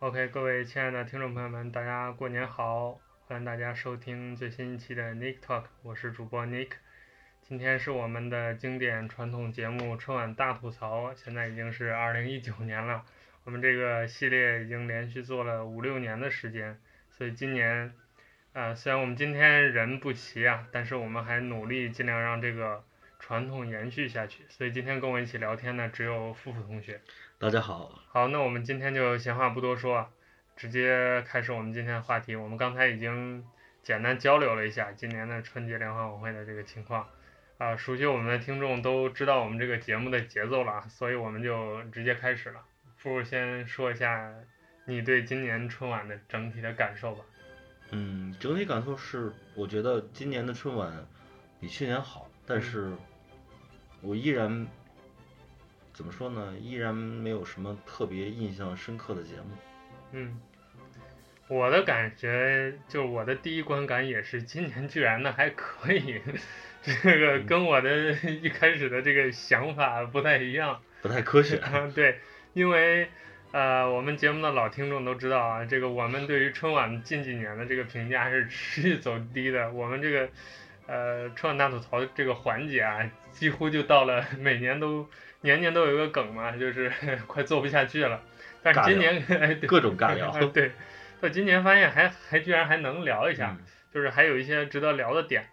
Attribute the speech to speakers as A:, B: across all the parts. A: OK，各位亲爱的听众朋友们，大家过年好！欢迎大家收听最新一期的 Nick Talk，我是主播 Nick。今天是我们的经典传统节目春晚大吐槽，现在已经是二零一九年了。我们这个系列已经连续做了五六年的时间，所以今年，呃，虽然我们今天人不齐啊，但是我们还努力尽量让这个传统延续下去。所以今天跟我一起聊天的只有付付同学。
B: 大家好，
A: 好，那我们今天就闲话不多说，啊，直接开始我们今天的话题。我们刚才已经简单交流了一下今年的春节联欢晚会的这个情况，啊、熟悉我们的听众都知道我们这个节目的节奏了啊，所以我们就直接开始了。不如先说一下你对今年春晚的整体的感受吧。
B: 嗯，整体感受是，我觉得今年的春晚比去年好，但是我依然怎么说呢？依然没有什么特别印象深刻的节目。
A: 嗯，我的感觉就是我的第一观感也是今年居然呢还可以，这个跟我的一开始的这个想法不太一样。啊
B: 不太科学。
A: 对，因为呃，我们节目的老听众都知道啊，这个我们对于春晚近几年的这个评价是持续走低的。我们这个呃春晚大吐槽这个环节啊，几乎就到了 每年都年年都有一个梗嘛，就是 快做不下去了。但是今年 哎对
B: 各种尬聊
A: 对，到今年发现还还居然还能聊一下，
B: 嗯
A: 就是还有一些值得聊的点。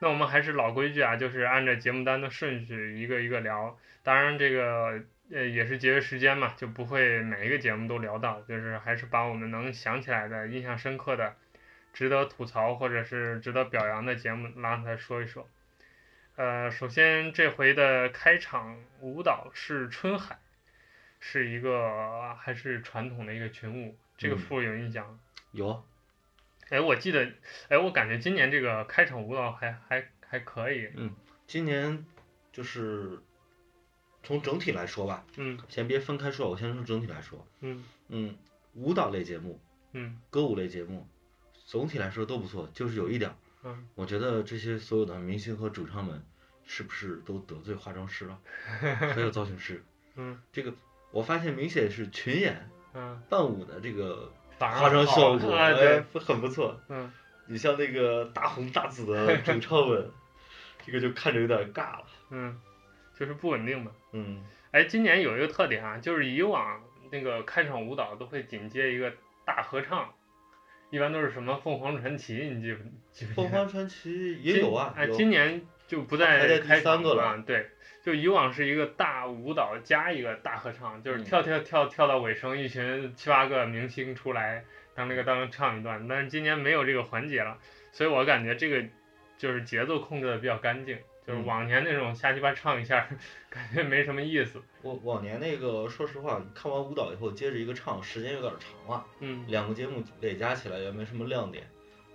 A: 那我们还是老规矩啊，就是按照节目单的顺序一个一个聊。当然，这个呃也是节约时间嘛，就不会每一个节目都聊到，就是还是把我们能想起来的、印象深刻的、值得吐槽或者是值得表扬的节目拉出来说一说。呃，首先这回的开场舞蹈是《春海》，是一个还是传统的一个群舞，这个
B: 嗯
A: 副有印象吗。
B: 有，
A: 哎，我记得，哎，我感觉今年这个开场舞蹈还还还可以，
B: 今年就是从整体来说吧，
A: 嗯
B: 先别分开说，我先从整体来说。
A: 嗯
B: 嗯，舞蹈类节目、
A: 嗯
B: 歌舞类节目，总体来说都不错，就是有一点儿，
A: 嗯，
B: 我觉得这些所有的明星和主唱们是不是都得罪化妆师了，还有造型师？
A: 嗯
B: 这个我发现明显是群演
A: 嗯，
B: 伴舞的这个
A: 打
B: 化妆效果，
A: 啊，对，
B: 哎很不错。
A: 嗯
B: 你像那个大红大紫的主唱们，这个就看着有点尬了。
A: 嗯，就是不稳定嘛。
B: 嗯，
A: 哎，今年有一个特点啊，就是以往那个开场舞蹈都会紧接一个大合唱，一般都是什么凤凰传奇，你记不记不记得？
B: 凤凰传奇也有啊，
A: 哎，
B: 有
A: 今年就不
B: 排在
A: 再
B: 第
A: 开
B: 三
A: 场
B: 个
A: 了。对，就以往是一个大舞蹈加一个大合唱，
B: 嗯
A: 就是跳跳跳跳到尾声，一群七八个明星出来当这个当唱一段。但是今年没有这个环节了，所以我感觉这个就是节奏控制的比较干净，就是
B: 嗯
A: 往年那种瞎鸡巴唱一下，感觉没什么意思。
B: 我往年那个，说实话，看完舞蹈以后接着一个唱，时间有点长了，
A: 嗯
B: 两个节目累加起来也没什么亮点。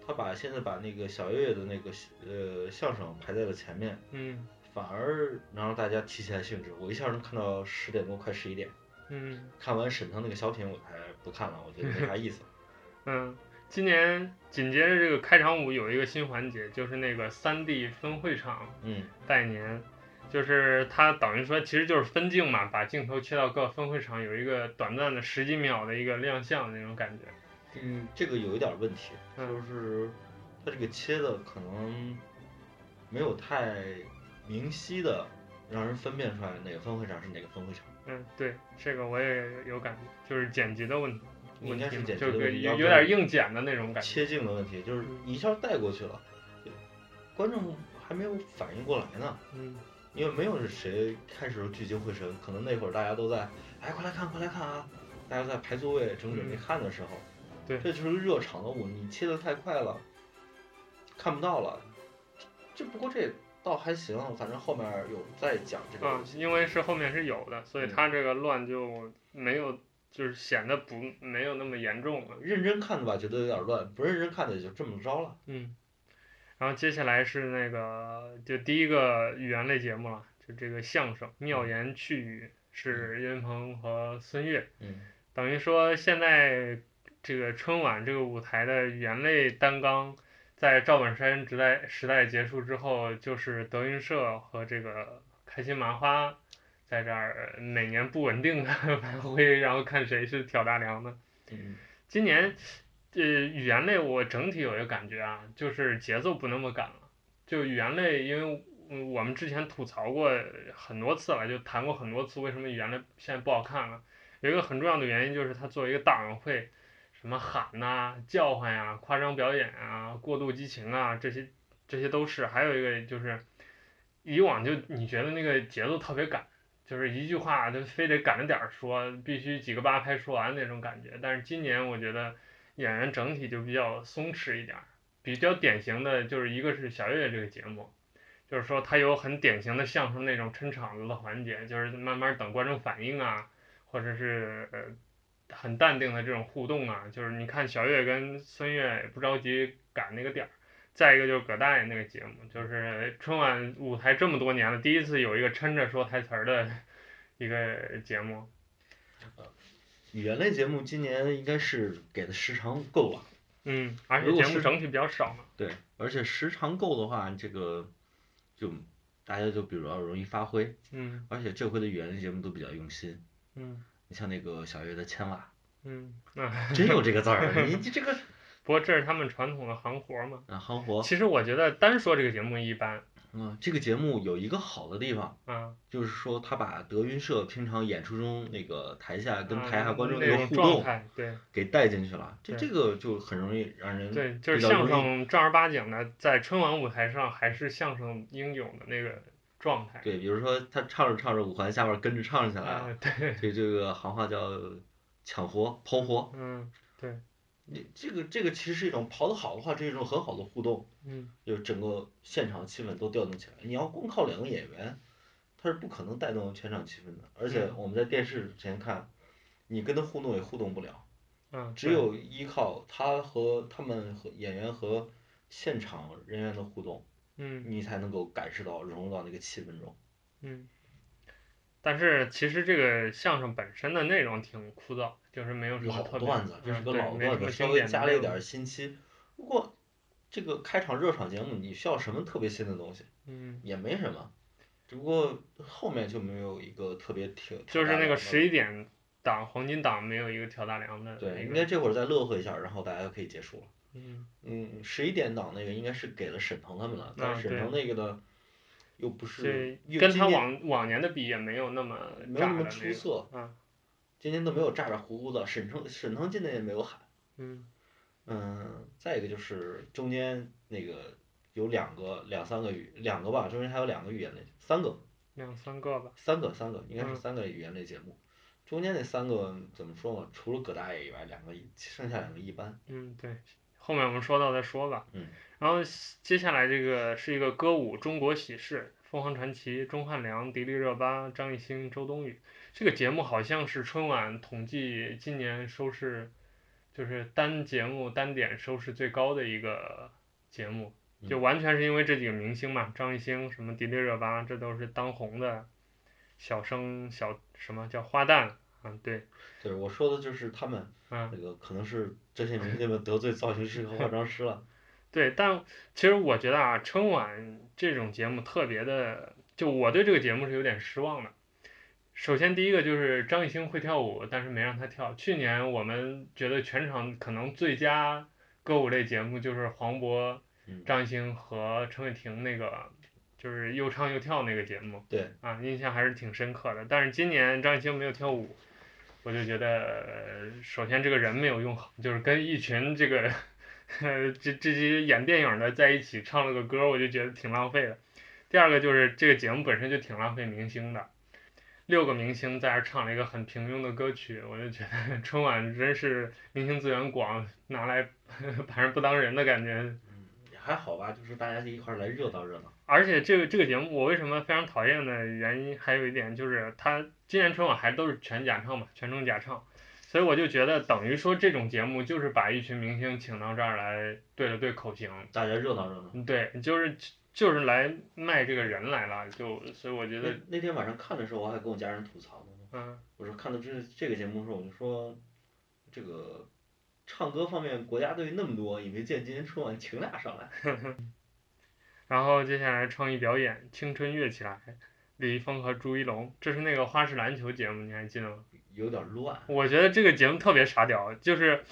B: 他把现在把那个小岳岳的那个呃相声排在了前面，
A: 嗯
B: 反而能让大家提起来兴致。我一下能看到十点多，快十一点。
A: 嗯
B: 看完沈腾那个小品，我才不看了，我觉得没啥意思。
A: 嗯，今年紧接着这个开场舞有一个新环节，就是那个三 D 分会场。
B: 嗯，
A: 拜年，就是它等于说其实就是分镜嘛，把镜头切到各分会场，有一个短暂的十几秒的一个亮相的那种感觉。
B: 嗯，这个有一点问题，
A: 嗯
B: 就是他这个切的可能没有太明晰的让人分辨出来哪个分会场是哪个分会场。
A: 嗯，对，这个我也有感觉，就是剪辑的问题，
B: 应该是
A: 问题
B: 剪
A: 嘛
B: 辑的
A: 就
B: 问
A: 是
B: 题
A: 有
B: 要不
A: 有
B: 然
A: 点硬剪的那种感觉。
B: 切镜的问题，就是一下带过去了，观众还没有反应过来呢，
A: 嗯
B: 因为没有谁开始聚精会神，可能那会儿大家都在，哎，快来看，快来看啊！大家在排座位，正准备看的时候，
A: 嗯对
B: 这就是热场的舞，你切的太快了，看不到了。这不过这倒还行，反正后面有在讲这个
A: 啊
B: 东，西。嗯
A: 因为是后面是有的，所以它这个乱就没有就是显得不没有那么严重了。
B: 认真看的吧，觉得有点乱；不认真看的也就这么着了。
A: 嗯，然后接下来是那个就第一个语言类节目了，就这个相声《妙言趣语》，是岳云鹏和孙越，
B: 嗯
A: 等于说现在这个春晚这个舞台的语言类担纲，在赵本山时代时代结束之后，就是德云社和这个开心麻花在这儿每年不稳定的 发挥，然后看谁是挑大梁的。
B: 嗯
A: 今年，呃，语言类我整体有一个感觉啊，就是节奏不那么赶了。就语言类，因为嗯我们之前吐槽过很多次了，就谈过很多次为什么语言类现在不好看了。有一个很重要的原因就是它作为一个大晚会，什么喊呐、叫唤呀、夸张表演啊、过度激情啊，这些这些都是。还有一个就是，以往就你觉得那个节奏特别赶。就是一句话就非得赶着点儿说，必须几个八拍说完那种感觉。但是今年我觉得演员整体就比较松弛一点儿，比较典型的就是一个是小岳岳这个节目，就是说它有很典型的相声那种撑场子的环节，就是慢慢等观众反应啊，或者是呃很淡定的这种互动啊。就是你看小岳跟孙越也不着急赶那个点儿。再一个就是葛大爷那个节目，就是春晚舞台这么多年了，第一次有一个抻着说台词儿的一个节目。
B: 语言类节目今年应该是给的时长够了，
A: 嗯，而且
B: 如果
A: 节目
B: 是
A: 整体比较少嘛。
B: 对，而且时长够的话，这个就大家就比较容易发挥，
A: 嗯
B: 而且这回的语言类节目都比较用心。
A: 嗯
B: 你像那个小岳的千瓦，
A: 嗯嗯。
B: 真有这个字儿，你这这个
A: 不过这是他们传统的行活儿嘛。
B: 啊，行活，
A: 其实我觉得单说这个节目一般
B: 嗯，这个节目有一个好的地方，
A: 啊，
B: 就是说他把德云社平常演出中那个台下跟
A: 啊
B: 台下观众
A: 那
B: 个
A: 种
B: 互
A: 状
B: 动
A: 态，对
B: 给带进去了，这
A: 对
B: 这个就很容易让人
A: 对，就是
B: 嗯比较容
A: 相
B: 易
A: 声正儿八经的在春晚舞台上还是相声应有的那个状态。
B: 对，比如说他唱着唱着五环下边跟着唱起来
A: 啊
B: 了，，
A: 对，
B: 这这个行话叫抢活跑活，
A: 嗯
B: 你这个这个其实是一种跑得好的话，这是一种很好的互动，
A: 嗯
B: 就是整个现场气氛都调动起来。你要光靠两个演员，他是不可能带动全场气氛的，而且
A: 嗯
B: 我们在电视前看，你跟他互动也互动不了。
A: 嗯，
B: 只
A: 对
B: 有依靠他和他们和演员和现场人员的互动，
A: 嗯。
B: 你才能够感受到融入到那个气氛中。
A: 嗯，但是其实这个相声本身的内容挺枯燥，就是没有什么
B: 老
A: 特别，
B: 段子，这是
A: 嗯
B: 个
A: 对
B: 老
A: 没什
B: 段
A: 么
B: 子，稍
A: 经
B: 微
A: 典
B: 加
A: 的
B: 了
A: 内
B: 一
A: 容
B: 点。新奇。不过这个开场热场节目，你需要什么特别新的东西？
A: 嗯，
B: 也没什么，只不过后面就没有一个特别挺。
A: 就是那个
B: 谁
A: 十一点档黄金档没有一个挑大梁的
B: 对，
A: 那
B: 应
A: 个，
B: 该这会儿再乐呵一下，然后大家就可以结束了。
A: 嗯，
B: 嗯，十一点档那个应该是给了沈腾他们了，但
A: 啊
B: 是沈
A: 对
B: 腾那个呢，又不是
A: 这
B: 又
A: 跟
B: 今
A: 他
B: 年
A: 往往年的比也没有那么
B: 没有
A: 炸
B: 那么
A: 的
B: 出
A: 那个
B: 色，
A: 啊，
B: 今年都没有咋咋呼呼的。沈腾沈腾今年也没有喊，
A: 嗯
B: 嗯，再一个就是中间那个有两个两三个语两个吧，中间还有两个语言类，三个
A: 两三个吧，
B: 三个三个应该是
A: 嗯
B: 三个语言类节目，中间那三个怎么说嘛？除了葛大爷以外，两个一剩下两个一般。
A: 嗯对，后面我们说到再说吧。
B: 嗯
A: 然后接下来这个是一个歌舞《中国喜事》，凤凰传奇、钟汉良、迪丽热巴、张艺兴、周冬雨。这个节目好像是春晚统计今年收视，就是单节目单点收视最高的一个节目，就
B: 嗯
A: 完全是因为这几个明星嘛，张艺兴、什么迪丽热巴，这都是当红的小生小什么叫花旦啊？对，
B: 对，我说的就是他们
A: 嗯
B: 那，个可能是这些明星们得罪造型师和化妆师了。
A: 对，但其实我觉得啊，春晚这种节目特别的，就我对这个节目是有点失望的。首先，第一个就是张艺兴会跳舞，但是没让他跳。去年我们觉得全场可能最佳歌舞类节目就是黄渤、
B: 嗯，
A: 张艺兴和陈伟霆那个，就是又唱又跳那个节目
B: 对，
A: 啊，印象还是挺深刻的。但是今年张艺兴没有跳舞，我就觉得，呃首先这个人没有用好，就是跟一群这个，呃，这这些演电影的在一起唱了个歌，我就觉得挺浪费的。第二个就是这个节目本身就挺浪费明星的，六个明星在这儿唱了一个很平庸的歌曲，我就觉得 春晚真是明星资源广，拿来 把人不当人的感觉。
B: 也还好吧，就是大家一块儿来热闹热闹。
A: 而且这个这个节目我为什么非常讨厌的原因，还有一点就是它今年春晚还都是全假唱嘛，全程假唱，所以我就觉得，等于说这种节目就是把一群明星请到这儿来对了对口型，
B: 大家热闹热闹。
A: 对，就是就是来卖这个人来了，就所以我觉
B: 那
A: 得，
B: 那天晚上看的时候，我还跟我家人吐槽呢。
A: 嗯
B: 我说看到这这个节目的时候，我就说，这个唱歌方面国家队那么多，也没见今年春晚请俩上来。
A: 然后接下来创意表演《青春跃起来》，李易峰和朱一龙，这是那个花式篮球节目，你还记得吗？
B: 有点乱。
A: 我觉得这个节目特别傻屌，就是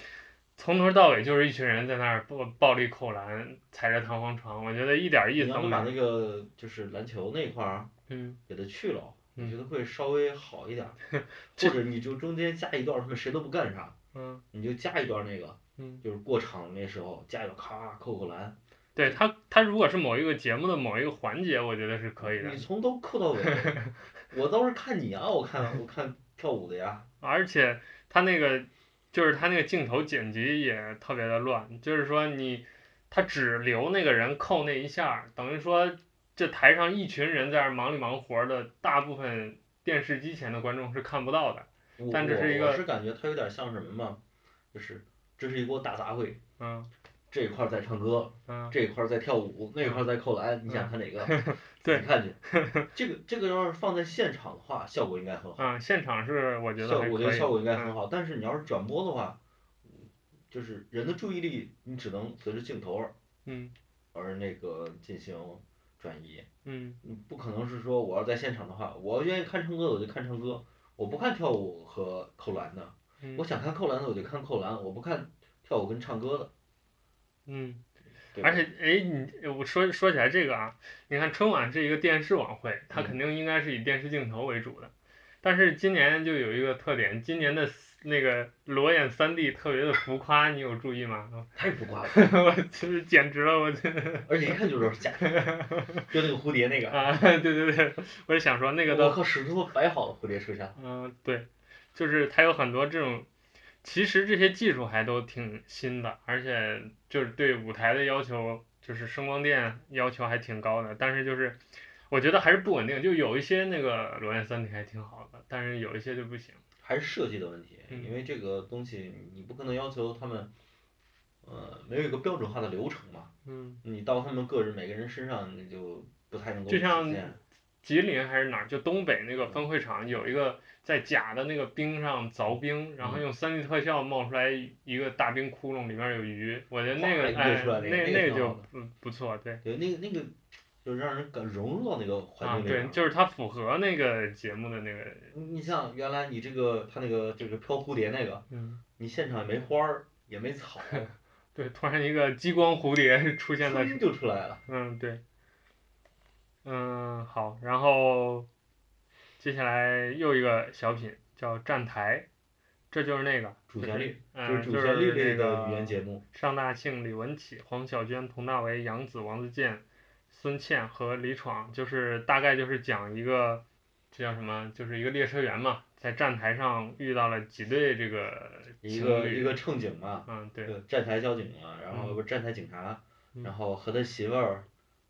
A: 从头到尾就是一群人在那儿暴暴力扣篮，踩着弹簧床，我觉得一点意
B: 你
A: 思
B: 要
A: 都
B: 能
A: 没
B: 把
A: 有。
B: 那个就是篮球那块儿
A: 嗯，
B: 给它去了，我
A: 嗯
B: 觉得会稍微好 一点儿。
A: 这
B: 或者你就中间加一段儿他们谁都不干啥，
A: 嗯
B: 你就加一段儿那个，
A: 嗯，
B: 就是过场那时候加一段儿咔扣扣篮，
A: 对他，他如果是某一个节目的某一个环节，我觉得是可以的
B: 你。从头扣到尾。 我倒是看你啊，我看我看跳舞的呀，
A: 而且他那个就是他那个镜头剪辑也特别的乱，就是说你他只留那个人扣那一下儿，等于说这台上一群人在这儿忙里忙活儿的，大部分电视机前的观众是看不到的。
B: 我
A: 但这
B: 我
A: 是一
B: 我
A: 个
B: 是感觉它有点像什么嘛，就是这是一锅大杂烩，
A: 嗯
B: 这一块儿在唱歌，
A: 嗯，
B: 这一块儿在跳舞，那一块儿在扣篮，你想看哪个？
A: 对
B: 你看去。这个这个要是放在现场的话，效果应该很好。
A: 嗯，现场是我觉得
B: 效果
A: 还
B: 我
A: 可
B: 觉得
A: 以。嗯
B: 效果应该很好，但是你要是转播的话，就是人的注意力你只能随着镜头而
A: 嗯
B: 而那个进行转移，
A: 嗯
B: 你不可能是说我要在现场的话，我愿意看唱歌的我就看唱歌，我不看跳舞和扣篮的，
A: 嗯
B: 我想看扣篮的我就看扣篮，我不看跳舞跟唱歌的，
A: 嗯，
B: 对吧
A: 而且哎，你我说说起来这个啊，你看春晚是一个电视晚会，它
B: 嗯
A: 肯定应该是以电视镜头为主的，但是今年就有一个特点，今年的 s- 那个裸眼三 D 特别的浮夸，你有注意吗？
B: 太浮夸了，
A: 我就是简直了，我这
B: 而且一看就是假的，就那个蝴蝶 那个，
A: 啊，对对对，我就想说那个
B: 我
A: 都，
B: 靠，手指头摆好了蝴蝶摄像，
A: 嗯、对，就是它有很多这种。其实这些技术还都挺新的，而且就是对舞台的要求，就是声光电要求还挺高的。但是就是，我觉得还是不稳定，就有一些那个裸眼三 D 还挺好的，但是有一些就不行。
B: 还是设计的问题，
A: 嗯
B: 因为这个东西你不可能要求他们，呃，没有一个标准化的流程嘛。
A: 嗯，
B: 你到他们个人每个人身上，你就不太能够
A: 就
B: 体
A: 像
B: 现。
A: 吉林还是哪儿，就东北那个分会场有一个在假的那个冰上凿冰，然后
B: 嗯
A: 用三 D 特效冒出来一个大冰窟窿，里面有鱼。我觉得那个
B: 哇那个
A: 哎，
B: 出来那个那个
A: 那
B: 挺
A: 就
B: 好的
A: 不不错，对
B: 对，那个那个，就让人感融入到那个环
A: 啊
B: 境里面
A: 对，
B: 了。
A: 就是它符合那个节目的那个
B: 你像原来你这个他那个这个飘蝴蝶那个，
A: 嗯。
B: 你现场也没花儿，也 没草，
A: 对，突然一个激光蝴蝶 出现在，
B: 噌就出来了。
A: 嗯，对，嗯，好，然后接下来又一个小品叫《站台》，这就是那个
B: 主 旋，律
A: 就
B: 就是
A: 嗯，
B: 主旋律
A: 这
B: 类的语言节目，
A: 尚大庆、李文启、黄小娟、佟大为、杨紫、王自健、孙倩和李闯，就是大概就是讲一个，这叫什么？就是一个列车员嘛，在站台上遇到了几对这个
B: 一
A: 情
B: 个
A: 侣
B: 一个乘警嘛，
A: 嗯，对，
B: 对，站台交警嘛，然后
A: 嗯
B: 不是站台警察，
A: 嗯
B: 然后和他媳妇儿，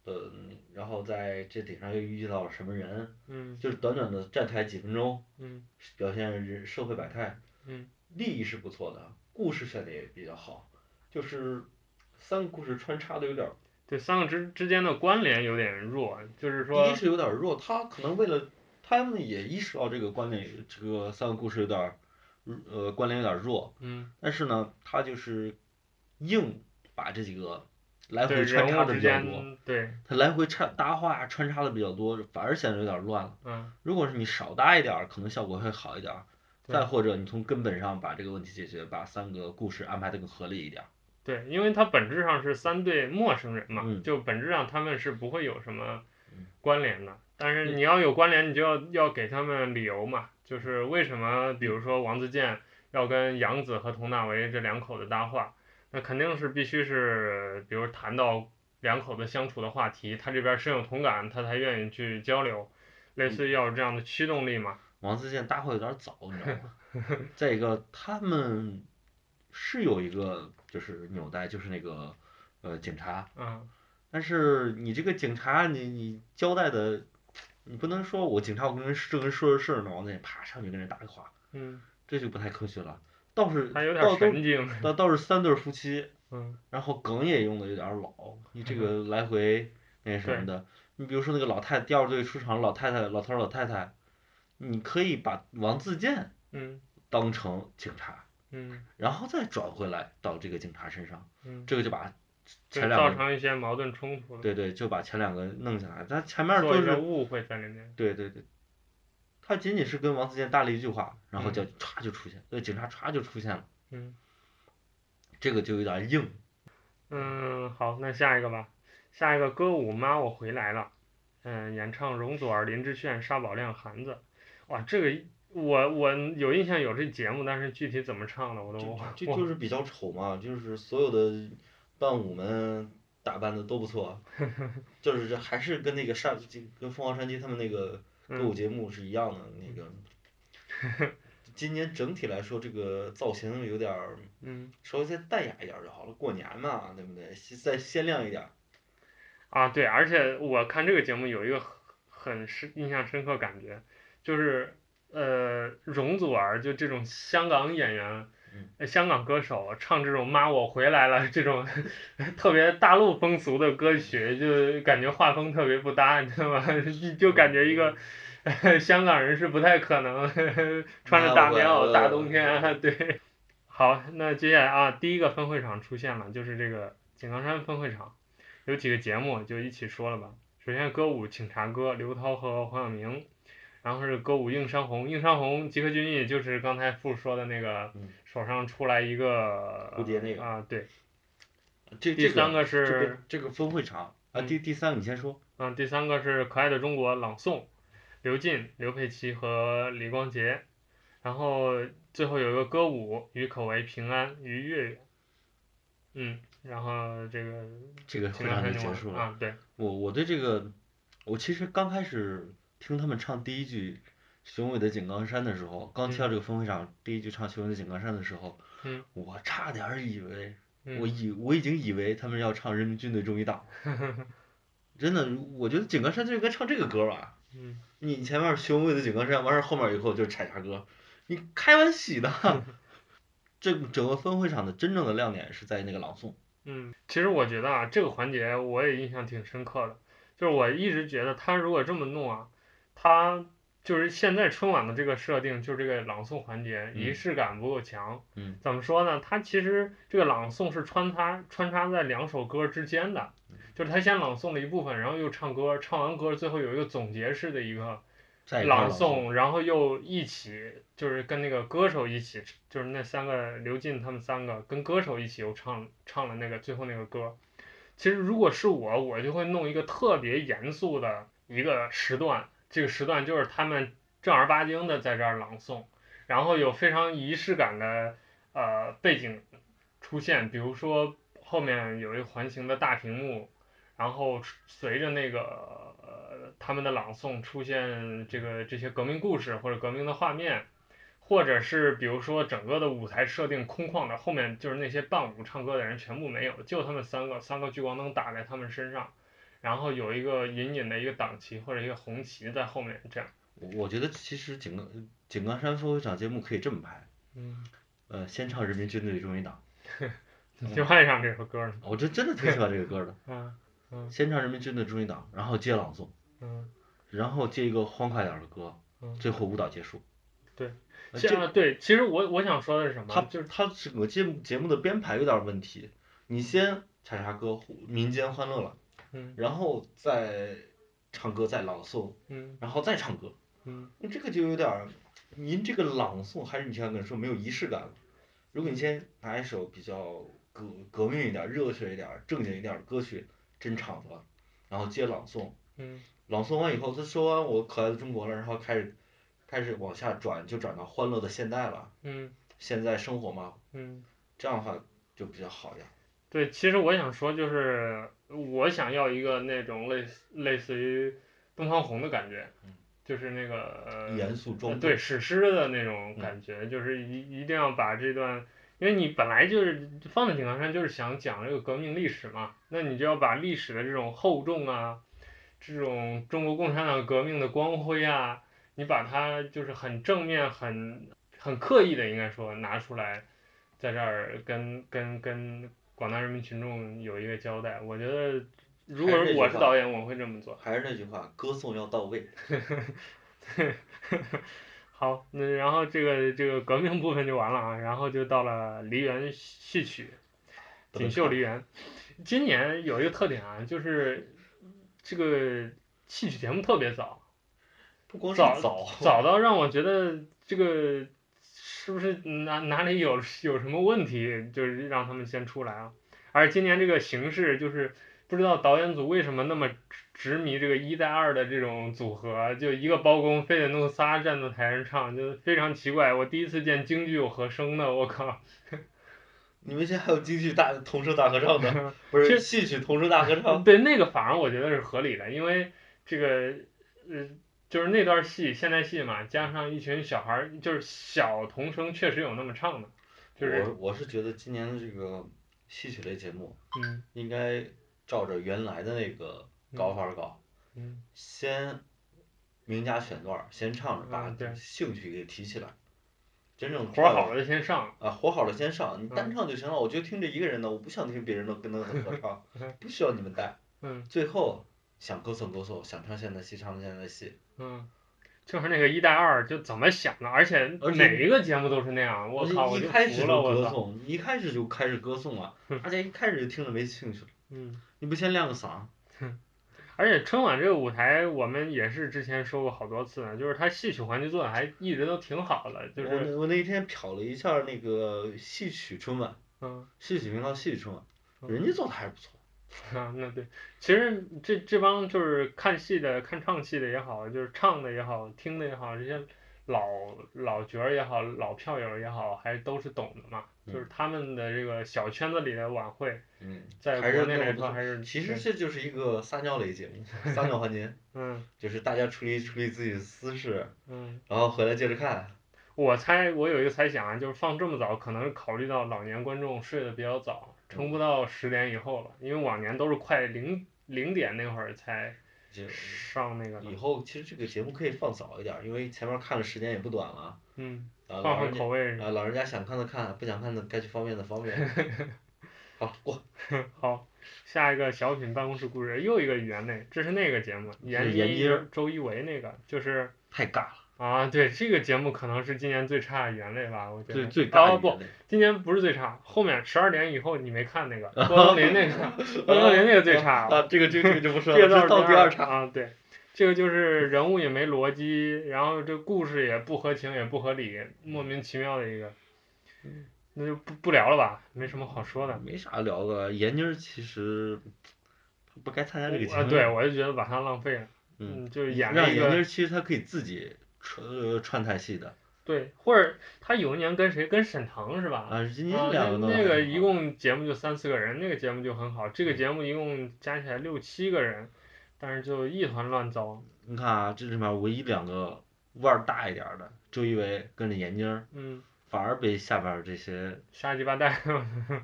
B: 呃，然后在这顶上又遇到了什么人，
A: 嗯
B: 就是短短的站台几分钟，
A: 嗯
B: 表现人社会百态，
A: 嗯
B: 立意是不错的，故事选的也比较好，就是三个故事穿插的有点儿，
A: 对，三个之之间的关联有点弱，就是说
B: 第一，是有点儿弱，他可能为了他们也意识到这个关联，这个三个故事有点儿，呃，关联有点儿弱，
A: 嗯，
B: 但是呢，他就是硬把这几个来
A: 对
B: 回穿插
A: 人物
B: 的
A: 之
B: 比较多。
A: 间，对，
B: 他来回插搭话穿插的比较多，反而显得有点乱了。
A: 嗯，
B: 如果是你少搭一点儿，可能效果会好一点儿。
A: 对
B: 再或者你从根本上把这个问题解决，把三个故事安排的更合理一点儿。
A: 对，因为它本质上是三对陌生人嘛，
B: 嗯
A: 就本质上他们是不会有什么
B: 嗯
A: 关联的，但是
B: 嗯
A: 你要有关联，你就要要给他们理由嘛，就是为什么，比如说王自健要跟杨紫和佟大为这两口子搭话，那肯定是必须是，比如谈到两口子相处的话题，他这边深有同感，他才愿意去交流，类
B: 嗯
A: 似于要有这样的驱动力嘛。
B: 王自健搭话有点早，你知道吗？ 再一个，他们是有一个就是纽带，就是那个呃警察，
A: 嗯
B: 但是你这个警察，你你交代的，你不能说我警察我跟人正跟人说着事儿呢，往那里啪上去跟人搭个话，
A: 嗯
B: 这就不太科学了。倒是
A: 他有
B: 倒
A: 点
B: 都
A: 神经，
B: 倒倒是三对儿夫妻，
A: 嗯
B: 然后梗也用的有点儿老，你这个来回那什么的，你比如说那个老太第二队出场老太太老头儿老太太，你可以把王自健
A: 嗯
B: 当成警察，
A: 嗯
B: 然后再转回来到这个警察身上，
A: 嗯，
B: 这个就把
A: 对
B: 前
A: 造
B: 两个
A: 成一些矛盾冲突了，
B: 对对就把前两个弄下来，他前面
A: 做
B: 就
A: 一个
B: 是
A: 误会在里面，
B: 对对对，他仅仅是跟王自健搭了一句话，然后就歘就出现，对警察歘就出现了，
A: 嗯
B: 这个就有点硬，
A: 嗯，好，那下一个吧，下一个歌舞妈我回来了，嗯，演唱容祖儿、林志炫、沙宝亮、韩子，哇，这个我我有印象有这节目，但是具体怎么唱的我都
B: 就
A: 忘了，
B: 就就是比较丑嘛，就是所有的伴舞们打扮的都 不错，就是这还是跟那个上就跟凤凰传奇他们那个歌
A: 嗯
B: 舞节目是一样的、那个。 今年整体来说，这个造型有点儿
A: 嗯
B: 稍微再淡雅一点儿就好了，过年嘛，对不对？西再鲜亮一点儿。
A: 啊对，而且我看这个节目有一个很很深印象深刻感觉，就是呃容祖儿就这种香港演员
B: 嗯。
A: 呃香港歌手唱这种“妈我回来了”这种 特别大陆风俗的歌曲，就感觉画风特别不搭，你知道吗？ 就感觉一个 香港人是不太可能 穿着大棉袄大冬天，啊 对。好，那接下来啊，第一个分会场出现了，就是这个井冈山分会场，有几个节目就一起说了吧。首先歌舞《请察歌》，刘涛和黄晓明，然后是歌舞《映山红》，映山红吉克隽逸就是刚才傅说的那个
B: 嗯
A: 手上出来一个
B: 蝴蝶那个
A: 啊，对。
B: 嗯这
A: 第
B: 这
A: 三
B: 个
A: 个
B: 这个
A: 是
B: 这个分会场啊，
A: 嗯
B: 第第三个你先说。
A: 嗯，第三个是《可爱的中国》朗诵，刘进、刘佩琦和李光洁，然后最后有一个歌舞，与口为平安，于月月。嗯，然后这个
B: 这个
A: 情
B: 会
A: 感
B: 场就
A: 山
B: 结束了。
A: 啊，对，
B: 我我对这个，我其实刚开始听他们唱第一句《雄伟的井冈山》的时候，刚听到这个分会场第一句唱《雄伟的井冈山》的时候，
A: 嗯
B: 我差点儿以为，我
A: 嗯
B: 以我已经以为他们要唱《人民军队忠义党》 真的，我觉得井冈山就应该唱这个歌吧。
A: 嗯，
B: 你前面雄伟的井冈山，完事儿后面以后就是产啥歌，你开玩喜呢？ 这整个分会场的真正的亮点是在那个朗诵，
A: 嗯，其实我觉得啊，这个环节我也印象挺深刻的，就是我一直觉得他如果这么弄啊，他就是现在春晚的这个设定，就是这个朗诵环节仪
B: 嗯
A: 式感不够强。
B: 嗯，
A: 怎么说呢？它其实这个朗诵是穿插穿插在两首歌之间的，
B: 嗯
A: 就是他先朗诵了一部分，然后又唱歌，唱完歌最后有一个总结式的一个
B: 在
A: 朗
B: 诵，
A: 诵，然后又一起就是跟那个歌手一起，就是那三个刘进他们三个跟歌手一起又唱唱了那个最后那个歌。其实如果是我，我就会弄一个特别严肃的一个时段，这个时段就是他们正儿八经的在这儿朗诵，然后有非常仪式感的呃背景出现，比如说后面有一个环形的大屏幕，然后随着那个呃他们的朗诵出现这个这些革命故事或者革命的画面，或者是比如说整个的舞台设定空旷的，后面就是那些伴舞唱歌的人全部没有，就他们三个三个聚光灯打在他们身上，然后有一个隐隐的一个党旗或者一个红旗在后面，这样，
B: 我我觉得其实井冈井冈山分会场节目可以这么拍，
A: 嗯，
B: 呃，先唱《人民军队忠义党
A: 就爱上这首歌了，》，
B: 我真真的挺喜欢这个 歌的。
A: 啊，嗯
B: 先唱《人民军队忠义党》，然后接朗诵，
A: 嗯，
B: 然后接一个欢快点儿的歌
A: 嗯，
B: 最后舞蹈结束。
A: 对
B: 呃，
A: 这
B: 这
A: 样对，其实我我想说的是什
B: 他
A: 么？
B: 就是他整个节目节目的编排有点问题。你先采啥歌，民间欢乐了，
A: 嗯
B: 然后再唱歌，再朗诵，
A: 嗯
B: 然后再唱歌，
A: 嗯
B: 那这个就有点儿，您这个朗诵还是你像跟说没有仪式感了。如果你先拿一首比较革革命一点儿、热血一点儿、正经一点儿的歌曲，真唱了，然后接朗诵，
A: 嗯
B: 朗诵完以后，他说完我可爱的中国了，然后开始开始往下转，就转到欢乐的现代了，
A: 嗯
B: 现在生活嘛，
A: 嗯。
B: 这样的话就比较好一点。
A: 对，其实我想说，就是我想要一个那种类似类似于东方红的感觉
B: 嗯，
A: 就是那个呃
B: 严肃
A: 呃
B: 庄重，
A: 对史诗的那种
B: 嗯
A: 感觉，就是一一定要把这段，因为你本来就是放在井冈山就是想讲这个革命历史嘛，那你就要把历史的这种厚重啊，这种中国共产党革命的光辉啊，你把它就是很正面、很很刻意的应该说拿出来，在这儿跟跟跟广大人民群众有一个交代。我觉得如果
B: 还是这句
A: 我是
B: 话
A: 导演，我会这么做。
B: 还是那句话，歌颂要到位。
A: 好，那然后这个这个革命部分就完了啊，然后就到了梨园戏曲，
B: 不能
A: 锦绣
B: 看
A: 梨园。今年有一个特点啊，就是这个戏曲节目特别早，
B: 不光是
A: 早
B: 早，
A: 早到让我觉得这个是不是哪哪里有有什么问题，就是让他们先出来啊。而今年这个形式就是不知道导演组为什么那么执执迷这个一带二的这种组合，就一个包公非得弄仨站在台上唱，就非常奇怪。我第一次见京剧有和声的，我靠！
B: 你们现在还有京剧大童声大合 唱呢，不是
A: 这
B: 戏曲童声大合唱？
A: 对那个反而我觉得是合理的，因为这个呃就是那段戏现代戏嘛，加上一群小孩儿，就是小童声确实有那么唱的， 就是
B: 我我是觉得今年的这个戏曲类节目
A: 嗯
B: 应该照着原来的那个搞法儿搞，
A: 嗯
B: 先名家选段儿，先唱着，
A: 啊
B: 把
A: 对
B: 兴趣给提起来。真正
A: 活儿好了就先上，
B: 啊，活好了先上，你
A: 嗯
B: 单唱就行了。我就听这一个人的，我不想听别人的跟他的合唱
A: 嗯，
B: 不需要你们带。
A: 嗯
B: 最后想歌颂歌颂，想唱现代戏唱现代戏。
A: 嗯。就是那个一带二，就怎么想的，而且
B: 而且
A: 每一个节目都是那样，我
B: 而且
A: 靠，我
B: 一
A: 就
B: 开始
A: 服了，
B: 就
A: 我
B: 歌
A: 操，
B: 颂，一开始就开始歌颂啊，
A: 哼
B: 大家一开始就听着没兴趣了。
A: 嗯，
B: 你不先亮个嗓？
A: 而且春晚这个舞台，我们也是之前说过好多次呢，就是它戏曲环节做的还一直都挺好的，就
B: 我
A: 是
B: 那我那天瞟了一下那个戏曲春晚，
A: 嗯，
B: 戏曲频道戏曲春晚，
A: 嗯
B: 人家做的还是不错。
A: 啊，那对，其实这这帮就是看戏的、看唱戏的也好，就是唱的也好、听的也好，这些老老角儿也好、老票友也好，还都是懂的嘛。就是他们的这个小圈子里的晚会，
B: 嗯，
A: 在
B: 还是
A: 国内
B: 弄
A: 来
B: 得不
A: 说
B: 错
A: 还是嗯
B: 其实
A: 对
B: 这就是一个撒尿类节目，撒尿环节，
A: 嗯
B: 就是大家处理处理自己的私事，
A: 嗯，
B: 然后回来接着看。
A: 我猜我有一个猜想啊，就是放这么早，可能是考虑到老年观众睡得比较早，撑不到十点以后了，因为往年都是快零零点那会儿才
B: 就
A: 上那个的
B: 以后其实这个节目可以放早一点儿，因为前面看的时间也不短了。
A: 嗯，
B: 啊，
A: 换
B: 老
A: 换
B: 人家
A: 口味是吧
B: 啊，老人家想看的看，不想看的该去方便的方便。 好，过。
A: 好，下一个小品办公室故事又一个园内，这是那个节目，闫
B: 是闫妮
A: 妮
B: 儿、
A: 周一围那个，就是
B: 太尬了，
A: 啊，对这个节目可能是今年最差的园类吧，我觉得。
B: 最最
A: 啊
B: 尬
A: 不，
B: 的
A: 今年不是最差，后面十二点以后你没看那个郭冬临那个，郭冬临那个最差了，
B: 啊，这个 这个这个就不说
A: 这
B: 了，
A: 个
B: 这
A: 倒
B: 到
A: 是
B: 第二场。
A: 啊，对。这个就是人物也没逻辑，然后这故事也不合情也不合理，莫名其妙的一个，那就不不聊了吧，没什么好说的。
B: 没啥聊的，闫妮儿其实不该参加这个节
A: 啊，
B: 目。
A: 对，我就觉得把它浪费了。
B: 嗯，
A: 嗯，就是演
B: 让
A: 了一
B: 闫妮
A: 个
B: 儿其实她可以自己串呃串台戏的
A: 对，或者他有一年跟谁跟沈腾是吧？
B: 啊，人
A: 啊
B: 家两个
A: 那
B: 都
A: 那个
B: 很好嗯
A: 一共节目就三四个人，那个节目就很好，这个节目一共加起来六七个人，但是就一团乱糟。
B: 你看啊，这里面唯一两个腕儿大一点儿的，周一围跟着闫妮儿，
A: 嗯，
B: 反而被下边儿这些
A: 瞎鸡巴蛋。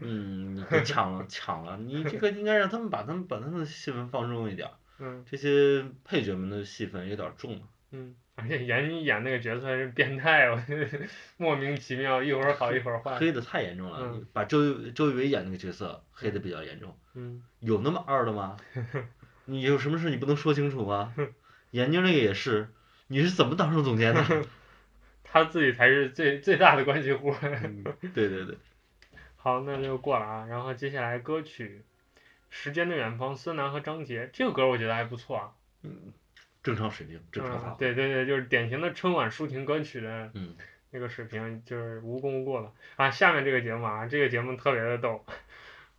B: 嗯给抢 了抢了。你这个应该让他们把他们把他们的戏份放重一点儿，
A: 嗯
B: 这些配角们的戏份有点儿重了。
A: 嗯，而且闫妮演那个角色是变态，我觉得莫名其妙，一会儿好一会儿坏。
B: 黑的太严重了，
A: 嗯
B: 把周周一围演那个角色黑的比较严重。
A: 嗯
B: 有那么二 的吗？你有什么事你不能说清楚吗？闫妮那个也是，你是怎么当上 总监的？
A: 他自己才是最最大的关系户。
B: 嗯对对对，
A: 好，那就过了啊。然后接下来歌曲《时间的远方》，孙楠和张杰这个歌我觉得还不错啊。
B: 正常水平，正常发
A: 嗯。
B: 挥。
A: 对对对，就是典型的春晚抒情歌曲的
B: 嗯，
A: 那个水平，就是无功无过了啊。下面这个节目啊，这个节目特别的逗，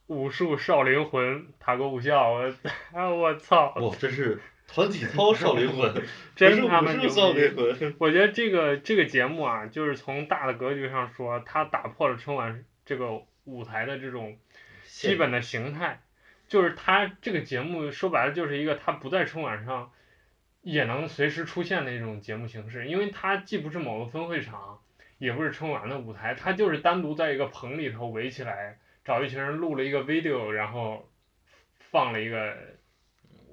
A: 武术少林魂，塔国武校，我啊我操，
B: 哇，这是团体操少灵魂，不
A: 真
B: 是
A: 他
B: 武
A: 妈牛
B: 术少
A: 逼！
B: 灵魂。
A: 我觉得这个这个节目啊，就是从大的格局上说，它打破了春晚这个舞台的这种基本的形态，就是它这个节目说白了就是一个它不在春晚上也能随时出现的一种节目形式，因为它既不是某个分会场，也不是春晚的舞台，它就是单独在一个棚里头围起来，找一群人录了一个 video，然后放了一个，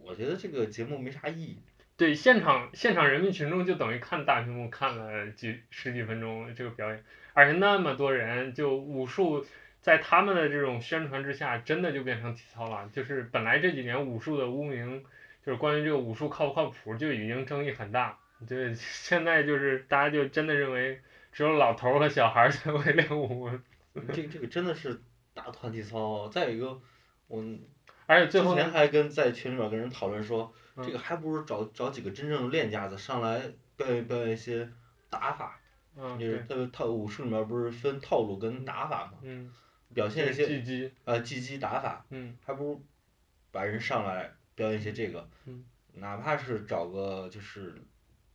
B: 我觉得这个节目没啥意义，
A: 对现场现场人民群众就等于看大屏幕看了几十几分钟这个表演，而且那么多人，就武术在他们的这种宣传之下，真的就变成体操了。就是本来这几年武术的污名，就是关于这个武术靠不靠谱就已经争议很大，对， 现在就是大家就真的认为只有老头儿和小孩儿才会练武，
B: 这个这个真的是大团体操。啊再有一个，我
A: 而且最
B: 之
A: 后
B: 前还跟在群里面跟人讨论说，
A: 嗯
B: 这个还不如找找几个真正的练家子上来表演表演一些打法，
A: 嗯
B: 就
A: 对
B: 是，他套武术里面不是分套路跟打法嘛，
A: 嗯，
B: 表现一
A: 这
B: 些
A: 技击，
B: 呃技击打法，
A: 嗯
B: 还不如把人上来表演一些这个
A: 嗯，
B: 哪怕是找个就是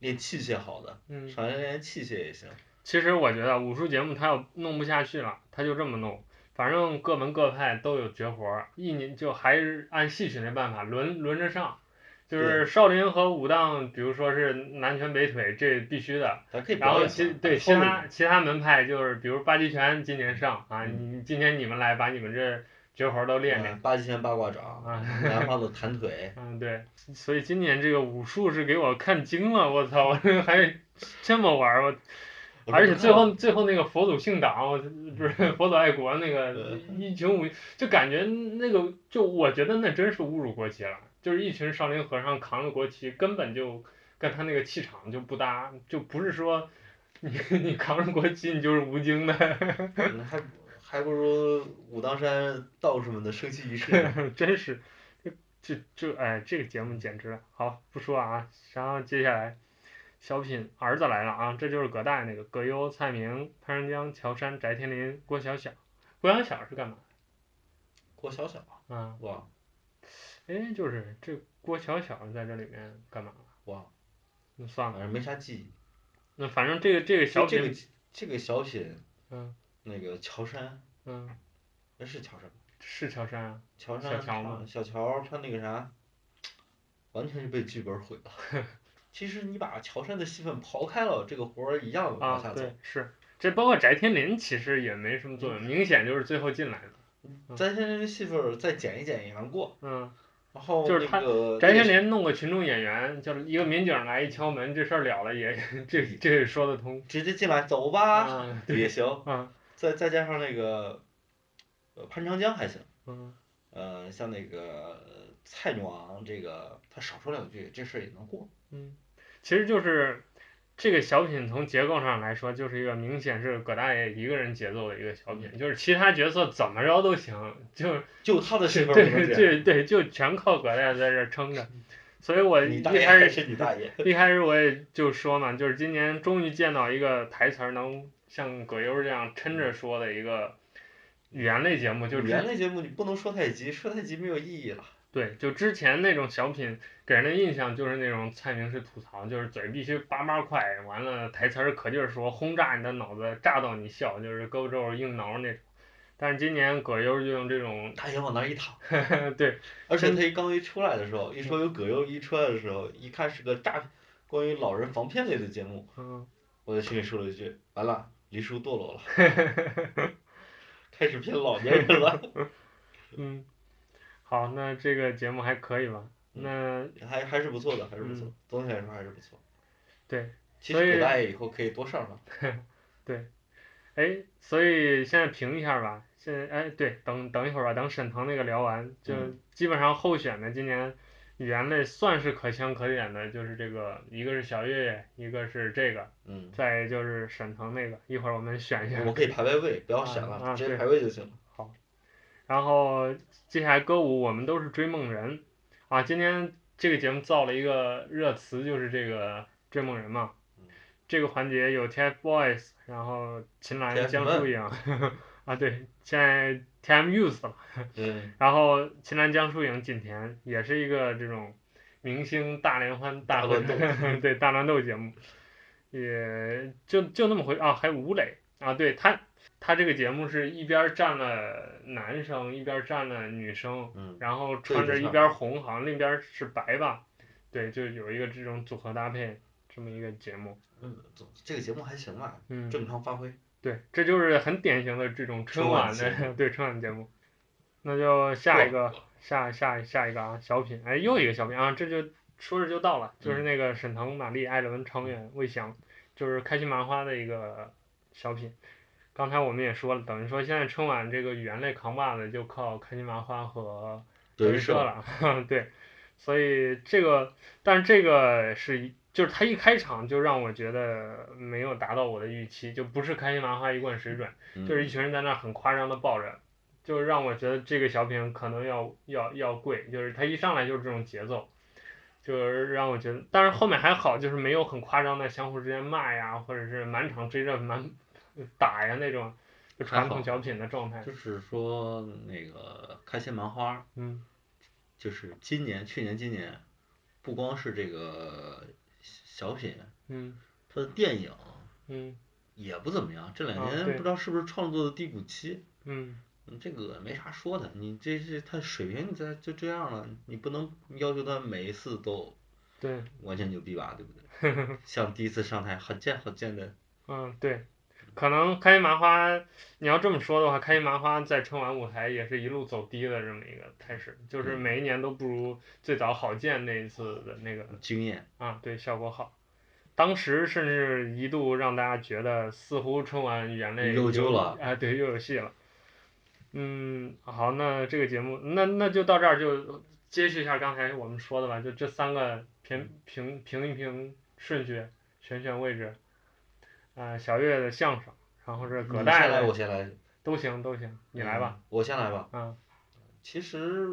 B: 练器械好的，
A: 嗯。
B: 上来练器械也行。
A: 其实我觉得武术节目它要弄不下去了，他就这么弄，反正各门各派都有绝活儿，一年就还是按戏曲那办法轮轮着上，就是少林和武当，比如说是南拳北腿，这必须的。
B: 咱可以
A: 然
B: 表
A: 后
B: 演
A: 其
B: 嘛
A: 对
B: 把
A: 其
B: 套路
A: 他其他门派就是，比如八极拳今年上啊，
B: 嗯
A: 你今年你们来把你们这绝活儿都练练
B: 嗯八极拳八卦掌，
A: 啊。
B: 南方的弹腿，
A: 嗯，对，所以今年这个武术是给我看惊了，我操，我 这还这么玩儿，我
B: 我
A: 而
B: 是
A: 且
B: 看
A: 最
B: 了
A: 后最后那个佛祖姓党，我不是 佛祖爱国那个一群武，就感觉那个就我觉得那真是侮辱国旗了，就是一群少林和尚扛着国旗，根本就跟他那个气场就不搭，就不是说你你扛着国旗你就是吴京的，
B: 嗯还还不如武当山道士们的升旗仪式 呢。
A: 真是这这这哎这个节目简直了，好不说啊，然后接下来。小品儿子来了啊！这就是葛大爷那个葛优、蔡明、潘长江、乔杉、翟天临、郭晓晓。郭晓晓是干嘛？
B: 郭小小，
A: 啊，
B: 哇
A: 哎，就是这郭晓晓在这里面干嘛了？
B: 哇，
A: 那算
B: 反
A: 了，
B: 正没啥记忆。
A: 那反正这个这个
B: 就
A: 小
B: 这
A: 品，
B: 个这个小品，
A: 嗯
B: 那个乔杉，
A: 嗯，
B: 那是乔杉吗，
A: 是乔杉啊，
B: 乔
A: 小乔
B: 杉唱
A: 吗
B: 小乔他那个啥，完全是被剧本毁了。 其实你把乔杉的戏份刨开了，这个活儿一样往
A: 啊
B: 下走。
A: 对是，这包括翟天临其实也没什么
B: 嗯
A: 作用，明显就是最后进来的，嗯
B: 咱现在这戏份儿再减一减也能过，
A: 嗯，
B: 然后
A: 就是他
B: 那个
A: 翟天
B: 呃那个
A: 临弄个群众演员，就是一个民警来一敲门，这事儿了了也这
B: 嗯
A: 这也说得通，
B: 直接进来走吧、
A: 啊对
B: 也行，
A: 啊
B: 再再加上那个呃潘长江还行。
A: 嗯
B: 呃，像那个呃菜女王这个，他少说两句，这事儿也能过。
A: 嗯，其实就是。这个小品从结构上来说，就是一个明显是葛大爷一个人节奏的一个小
B: 嗯
A: 品，就是其他角色怎么着都行，就是
B: 就他的 戏份儿不
A: 对
B: 能这样，
A: 对对，就全靠葛大爷在这儿撑着。所以我
B: 你
A: 一
B: 大爷
A: 开始
B: 还是你大爷。
A: 一开始我也就说嘛，就是今年终于见到一个台词儿能像葛优这样抻着说的一个语言类节目，就
B: 语
A: 之
B: 言类节目你不能说太急，说太急没有意义了。
A: 对，就之前那种小品给人的印象就是那种蔡明是吐槽，就是嘴必须叭叭快，完了台词儿可劲儿说，轰炸你的脑子，炸到你笑，就是勾肘硬挠那种。但是今年葛优就用这种，
B: 大爷往那儿一躺，
A: 对，
B: 而且
A: 真
B: 他一刚一出来的时候，一说有葛优一出来的时候，一看是个诈，关于老人防骗类的节目，
A: 嗯，
B: 我在群里说了一句，完了，黎叔堕 落了，开始骗老年 人了，
A: 嗯，好，那这个节目还可以吧？
B: 嗯
A: 那
B: 还还是不错的，还是不错，总体来说还是不错。
A: 嗯对，
B: 其
A: 所以
B: 实葛大爷以后可以多上上。
A: 哎，所以现在评一下吧。现在哎，对，等等一会儿吧，等沈腾那个聊完，就
B: 嗯
A: 基本上候选的今年语言类算是可圈可点的，就是这个，一个是小岳岳，一个是这个，
B: 嗯，
A: 再就是沈腾那个。一会儿我们选一下
B: 我。们可以排排位，不要选了，
A: 啊啊
B: 直接
A: 对
B: 排位就行 了。
A: 然后接下来歌舞我们都是追梦人，啊，今天这个节目造了一个热词，就是这个追梦人嘛
B: 嗯。
A: 这个环节有 TFBOYS，然后秦岚、江疏影， 啊对，现在 TMUs 了，
B: 嗯，
A: 然后秦岚、江疏影、景甜也是一个这种明星大联欢大
B: 大
A: 乱
B: 乱
A: 斗
B: 斗，
A: 对大乱斗节目，也就就那么回啊，还有吴磊啊，对他他这个节目是一边站了男生，一边站了女生，
B: 嗯，
A: 然后穿着
B: 对
A: 一边红，好像另一边是白吧，对，就有一个这种组合搭配这么一个节目，
B: 嗯，这个节目还行吧，
A: 嗯，
B: 正常发挥。
A: 对，这就是很典型的这种春
B: 春晚
A: 晚
B: 节
A: 的对春晚节目。那就下一个，下下下一个啊，小品，哎，又一个小品啊，这就说着就到了，就是那个沈腾、马丽、艾伦、常远、魏翔，就是开心麻花的一个小品。刚才我们也说了，等于说现在春晚这个语言类扛把子就靠开心麻花和德
B: 德
A: 云
B: 云
A: 社
B: 社
A: 了， 对，所以这个，但是这个是一就是他一开场就让我觉得没有达到我的预期，就不是开心麻花一贯水准，
B: 嗯
A: 就是一群人在那儿很夸张的抱着，就让我觉得这个小品可能要要要贵，就是他一上来就是这种节奏，就是让我觉得，但是后面还好，就是没有很夸张的相互之间骂呀，或者是满场追着满打呀那种，就传统小品的状态。
B: 就是说那个开心麻花，
A: 嗯
B: 就是今年、去年、今年，不光是这个小品，
A: 嗯
B: 它的电影
A: 嗯
B: 也不怎么样。这两
A: 啊
B: 年
A: 对
B: 不知道是不是创作的低谷期，
A: 嗯
B: 嗯这个没啥说的。你这是它水平，你在就这样了，你不能要求它每一次都
A: 对，
B: 完全牛逼吧，对不对？ 像第一次上台很贱很贱的，
A: 嗯对，可能开心麻花，你要这么说的话，开心麻花在春晚舞台也是一路走低的这么一个态势，就是
B: 嗯
A: 每一年都不如最早郝建那一次的那个
B: 经验，
A: 啊，对，效果好。当时甚至一度让大家觉得，似乎春晚眼泪
B: 又揪了
A: 啊，对，又有戏了。嗯，好，那这个节目，那那就到这儿，就接续一下刚才我们说的吧，就这三个评
B: 嗯
A: 评评一评顺序，选选位置。啊、小岳的相声，然后是
B: 你
A: 葛
B: 嗯先
A: 大
B: 来，
A: 爷
B: 我
A: 的，
B: 先来，
A: 都行都行，你来吧。
B: 嗯，我先来吧。
A: 啊，
B: 其实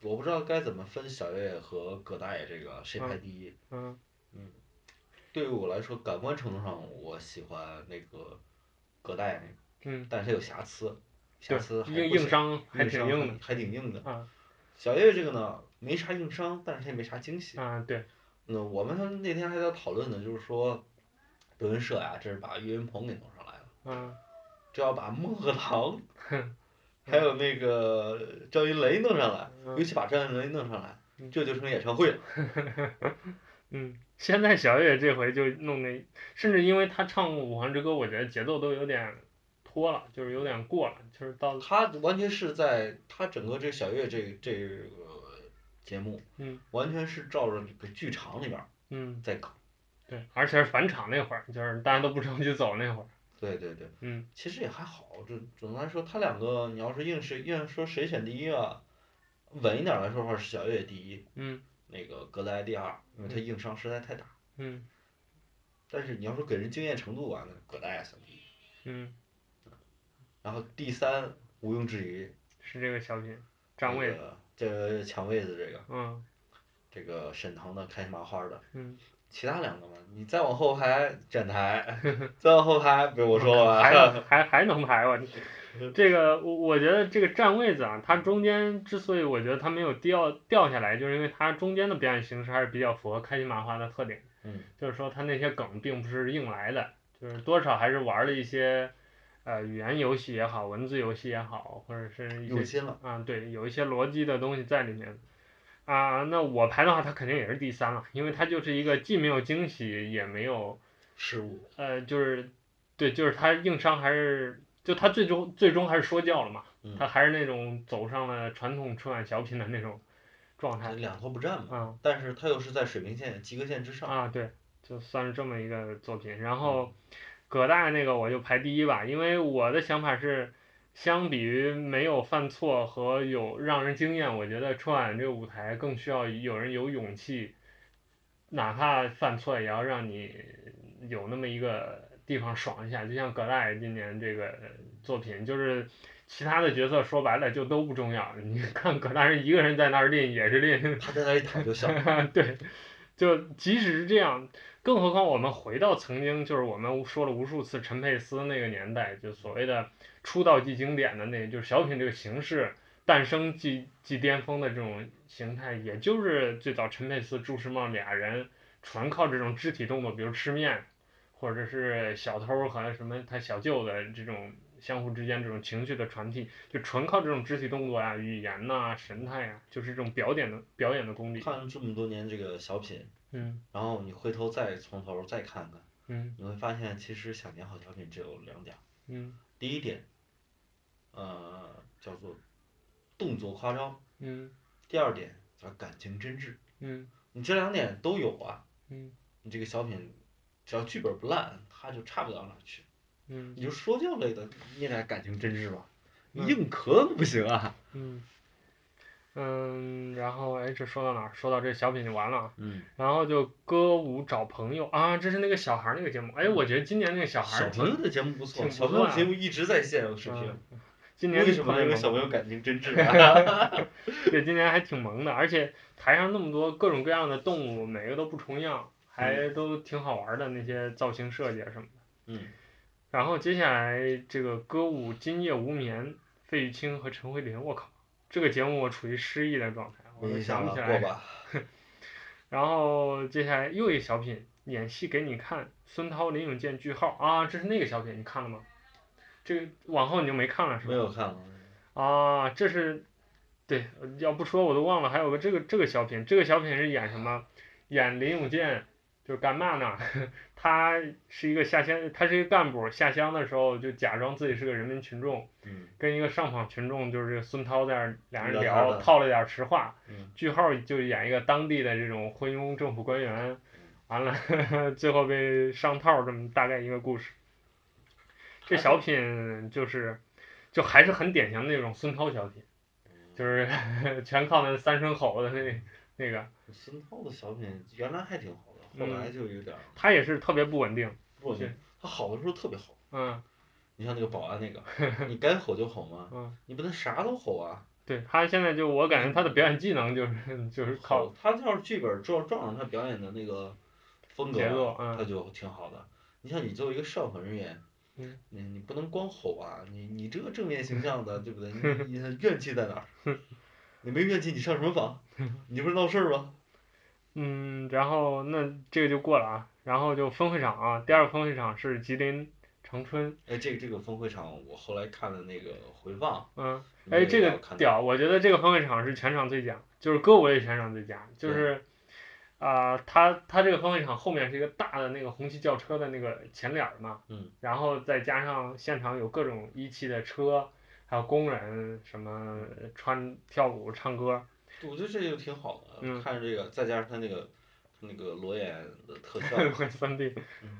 B: 我不知道该怎么分小岳和葛大爷这个谁排第一。
A: 嗯
B: 对于我来说，感官程度上我喜欢那个葛大爷那个，
A: 嗯，
B: 但是他有瑕疵，瑕
A: 对
B: 疵，还
A: 硬
B: 不
A: 硬
B: 小
A: 伤还挺硬
B: 的，还挺硬的。
A: 的。啊
B: 小岳这个呢，没啥硬伤，但是他也没啥惊喜。
A: 啊，对，
B: 那我们那天还在讨论呢，就是说德云社呀、这是把岳云鹏给弄上来了，
A: 嗯
B: 这要把孟鹤堂，还有那个张云雷弄上来，尤
A: 嗯
B: 其把张云雷弄上来
A: 嗯，
B: 这就成演唱会了。
A: 嗯，现在小岳这回就弄的，甚至因为他唱《五环之歌》，我觉得节奏都有点拖了，就是有点过了，就是到
B: 他完全是在他整个这个小岳这这个节目，
A: 嗯，
B: 完全是照着这个剧场里边儿
A: 嗯，
B: 在搞。
A: 对，而且是返场那会儿，就是大家都不着急走那会儿，
B: 对对对，
A: 嗯，
B: 其实也还好，这总的来说，他两个你要是硬是硬说谁选第一啊，稳一点儿来说的话是小岳第一，
A: 嗯
B: 那个葛大爷第二，因为他硬伤实在太大。
A: 嗯
B: 但是你要说给人经验程度啊，那葛大爷算第一。
A: 嗯，
B: 然后第三毋庸置疑，
A: 是这个小品站位
B: 那
A: 的，
B: 个这个抢位子这个
A: 嗯
B: 这个沈腾的开心麻花的。
A: 嗯，
B: 其他两个嘛，你再往后排展台， 再往后排被我说了
A: 哦
B: 啊
A: 还
B: 吧？
A: 能还还能排我去。这个我我觉得这个占位子啊，它中间之所以我觉得它没有掉掉下来，就是因为它中间的表演形式还是比较符合开心麻花的特点。
B: 嗯，
A: 就是说他那些梗并不是硬来的，就是多少还是玩了一些，呃，语言游戏也好，文字游戏也好，或者是一
B: 用
A: 些
B: 心了。
A: 啊，对，有一些逻辑的东西在里面。啊，那我排的话，他肯定也是第三了，因为他就是一个既没有惊喜，也没有
B: 失误，
A: 呃，就是对，就是他硬伤还是就他最终最终还是说教了嘛，
B: 嗯
A: 他还是那种走上了传统春晚小品的那种状态。
B: 两头不占嘛。
A: 啊，
B: 但是他又是在水平线、及格线之上。
A: 啊，对，就算是这么一个作品。然后葛大爷那个我就排第一吧，因为我的想法是，相比于没有犯错和有让人惊艳，我觉得春晚这个舞台更需要有人有勇气，哪怕犯错也要让你有那么一个地方爽一下。就像葛大爷今年这个作品，就是。其他的角色说白了就都不重要，你看葛大爷一个人在那儿练也是练
B: 他在那一躺就笑。
A: 对，就即使是这样，更何况我们回到曾经就是我们说了无数次陈佩斯那个年代，就所谓的出道即经典的那，就是小品这个形式诞生即即巅峰的这种形态，也就是最早陈佩斯、朱时茂俩人纯靠这种肢体动作，比如吃面，或者是小偷和什么他小舅的这种。相互之间这种情绪的传递，就纯靠这种肢体动作呀、语言呐、神态呀，就是这种表演的表演的功力。
B: 看了这么多年这个小品，
A: 嗯
B: 然后你回头再从头再看看，
A: 嗯
B: 你会发现其实想演好小品只有两点儿。
A: 嗯
B: 第一点，呃，叫做动作夸张；
A: 嗯
B: 第二点叫感情真挚。
A: 嗯
C: 你这两点都有啊，
A: 嗯
C: 你这个小品只要剧本不烂，它就差不到哪儿去。
A: 嗯
C: 你就说教类的，你俩感情真是吧？
A: 嗯
C: 硬磕不行啊。
A: 嗯嗯，然后哎，这说到哪儿？说到这小品就完了啊。
B: 嗯，
A: 然后就歌舞找朋友啊，这是那个小孩儿那个节目。哎，我觉得今年那个小孩
C: 小
A: 儿
C: 朋
A: 挺，
C: 友的节目不错，
A: 挺不
C: 小朋友
A: 错啊
C: 节目一直在线有水平
A: 嗯。今年
C: 为什么
A: 特
C: 那
A: 别萌
C: 个小朋友感情真挚 啊？
A: 对，今年还挺萌的，而且台上那么多各种各样的动物，每个都不重样，还
C: 嗯
A: 都挺好玩儿的那些造型设计啊什么的。
B: 嗯。
A: 然后接下来这个歌舞《今夜无眠》，费玉清和陈慧琳，我靠，这个节目我处于失忆的状态，我都
C: 你想
A: 想不起
C: 过
A: 来。
C: 吧？
A: 然后接下来又一小品，演戏给你看，孙涛、林永健、句号啊，这是那个小品，你看了吗？这个往后你就没看了是吧？
C: 没有看了。
A: 啊，这是，对，要不说我都忘了，还有个这个这个小品，这个小品是演什么？演林永健，就是干嘛呢？ 他是一个下乡，他是一个干部，下乡的时候就假装自己是个人民群众，
C: 嗯
A: 跟一个上访群众，就是孙涛在那儿俩人
C: 聊天
A: 聊，
C: 的
A: 套了点儿实话。
C: 嗯
A: 句号就演一个当地的这种昏庸政府官员，
C: 嗯
A: 完了 最后被上套，这么大概一个故事。这小品就是，就还是很典型的那种孙涛小品，
C: 嗯
A: 就是 全靠那三声吼的那那个，
C: 孙涛的小品原来还挺好的，
A: 嗯
C: 后来就有点儿
A: 他也是特别不稳定，
C: 弱
A: 对
C: 点。他好的时候特别好，
A: 嗯
C: 你像那个保安 那个，你该吼就吼嘛，
A: 嗯，
C: 你不能啥都吼啊。
A: 对他现在就我感觉他的表演技能就是就是 靠
C: 吼他要是剧本撞撞上他表演的那个风格
A: 节奏
C: 啊，
A: 嗯
C: 他就挺好的。你像你作为一个上访人员，
A: 嗯
C: 你你不能光吼啊，你你这个正面形象的，对不对？你你的怨气在哪儿？你没怨气，你上什么访？你不是闹事儿吗？
A: 嗯，然后那这个就过了啊，然后就分会场啊，第二个分会场是吉林长春，
C: 哎，这个这个峰会场，我后来看了那个回放，
A: 嗯。
C: 你
A: 哎，
C: 也
A: 这
C: 让
A: 个
C: 我看到，
A: 屌！我觉得这个分会场是全场最佳，就是歌舞类全场最佳，就是，啊、他他这个分会场后面是一个大的那个红旗轿车的那个前脸儿嘛，
C: 嗯，
A: 然后再加上现场有各种一汽的车，还有工人什么穿跳舞唱歌，
C: 我觉得这就挺好的。
A: 嗯
C: 看着这个，再加上他那个那个裸眼的特 效，
A: 三 D，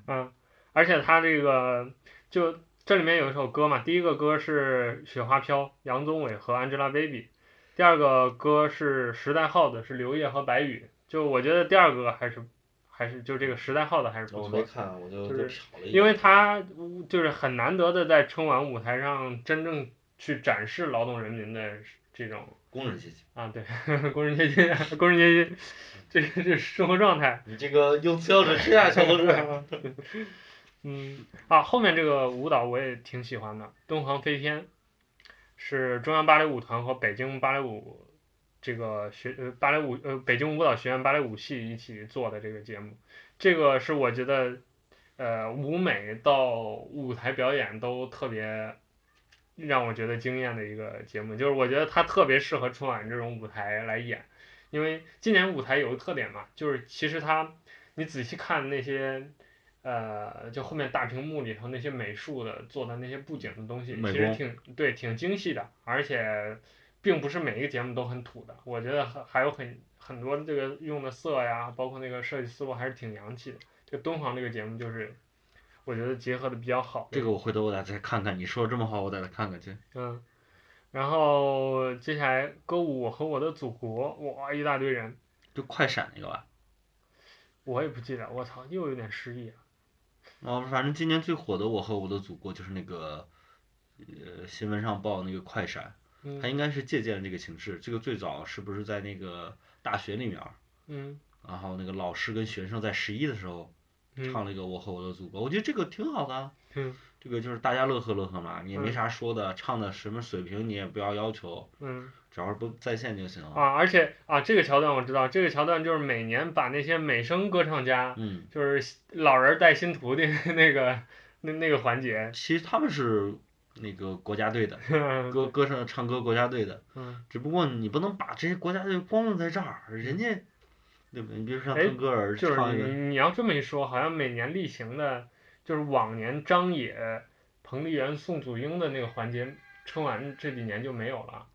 A: 嗯，而且他这个就这里面有一首歌嘛，第一个歌是《雪花飘》，杨宗纬和 Angelababy，第二个歌是《时代号》的，是刘烨和白宇。就我觉得第二个还是还是就这个《时代号》的还是不
C: 我
A: 错
C: 没
A: 的，
C: 看，我就
A: 就是
C: 瞟了一眼。
A: 因为他就是很难得的在春晚舞台上真正去展示劳动人民的这种
C: 工人阶级，
A: 啊，对， 工人阶级，工人阶级，这这生活状态。
C: 你这个用词要准确啊，小同志。
A: 嗯啊，后面这个舞蹈我也挺喜欢的，《东航飞天》是中央芭蕾舞团和北京芭蕾舞这个学呃芭蕾舞呃北京舞蹈学院芭蕾舞系一起做的这个节目，这个是我觉得呃舞美到舞台表演都特别让我觉得惊艳的一个节目，就是我觉得它特别适合春晚这种舞台来演，因为今年舞台有个特点嘛，就是其实它你仔细看那些。呃，就后面大屏幕里头那些美术的做的那些布景的东西，
B: 美
A: 其实
B: 工
A: 挺对，挺精细的，而且并不是每一个节目都很土的，我觉得还还有很很多这个用的色呀，包括那个设计思路还是挺洋气的。这个敦煌这个节目就是，我觉得结合的比较好。
B: 这个我回头我得再看看。你说的这么好，我得来看看去。
A: 嗯，然后接下来歌舞我和我的祖国，哇，一大堆人，
B: 就快闪那个吧。
A: 我也不记得，我操，又有点失忆了。
B: 哦，反正今年最火的《我和我的祖国》就是那个，呃，新闻上报那个快闪，它
A: 嗯
B: 应该是借鉴了这个形式。这个最早是不是在那个大学里面儿，
A: 嗯
B: 然后那个老师跟学生在十一的时候
A: 嗯
B: 唱了一个《我和我的祖国》，我觉得这个挺好的啊。
A: 嗯
B: 这个就是大家乐呵乐呵嘛，你也没
A: 嗯
B: 啥说的，唱的什么水平你也不要要求，
A: 嗯
B: 只要是不在线就行。
A: 啊，而且啊，这个桥段我知道，这个桥段就是每年把那些美声歌唱家，
B: 嗯，
A: 就是老人带新徒弟那个那那个环节，
B: 其实他们是那个国 家队的，歌歌唱唱歌国家队的，
A: 嗯，
B: 只不过你不能把这些国家队光用在这儿，人家，对不对？你比如像
A: 哎
B: 腾格尔
A: 就
B: 唱
A: 是
B: 一
A: 你
B: 个，
A: 你要这么一说，好像每年例行的，就是往年张也、彭丽媛、宋祖英的那个环节，春晚这几年就没有了。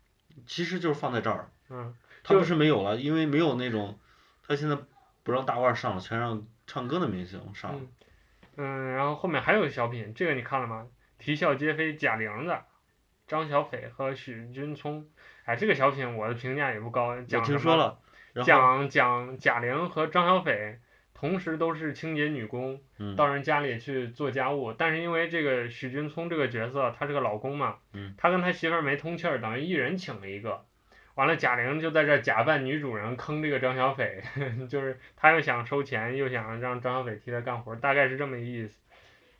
B: 其实就是放在这儿，
A: 嗯，
B: 他
A: 就
B: 不是没有了，因为没有那种他现在不让大腕儿上了，全让唱歌的明星上了。
A: 嗯，然后后面还有一小品，这个你看了吗？啼笑皆非贾玲的，张小斐和许君聪。哎，这个小品我的评价也不高，
B: 我
A: 讲
B: 听
A: 什
B: 说
A: 么
B: 了，然后
A: 讲讲贾玲和张小斐同时都是清洁女工，
B: 嗯
A: 到人家里去做家务，但是因为这个许君聪这个角色，他是个老公嘛，
B: 嗯
A: 他跟他媳妇儿没通气儿，等于一人请了一个。完了，贾玲就在这儿假扮女主人坑这个张小斐， 就是他又想收钱，又想让张小斐替他干活，大概是这么一意思。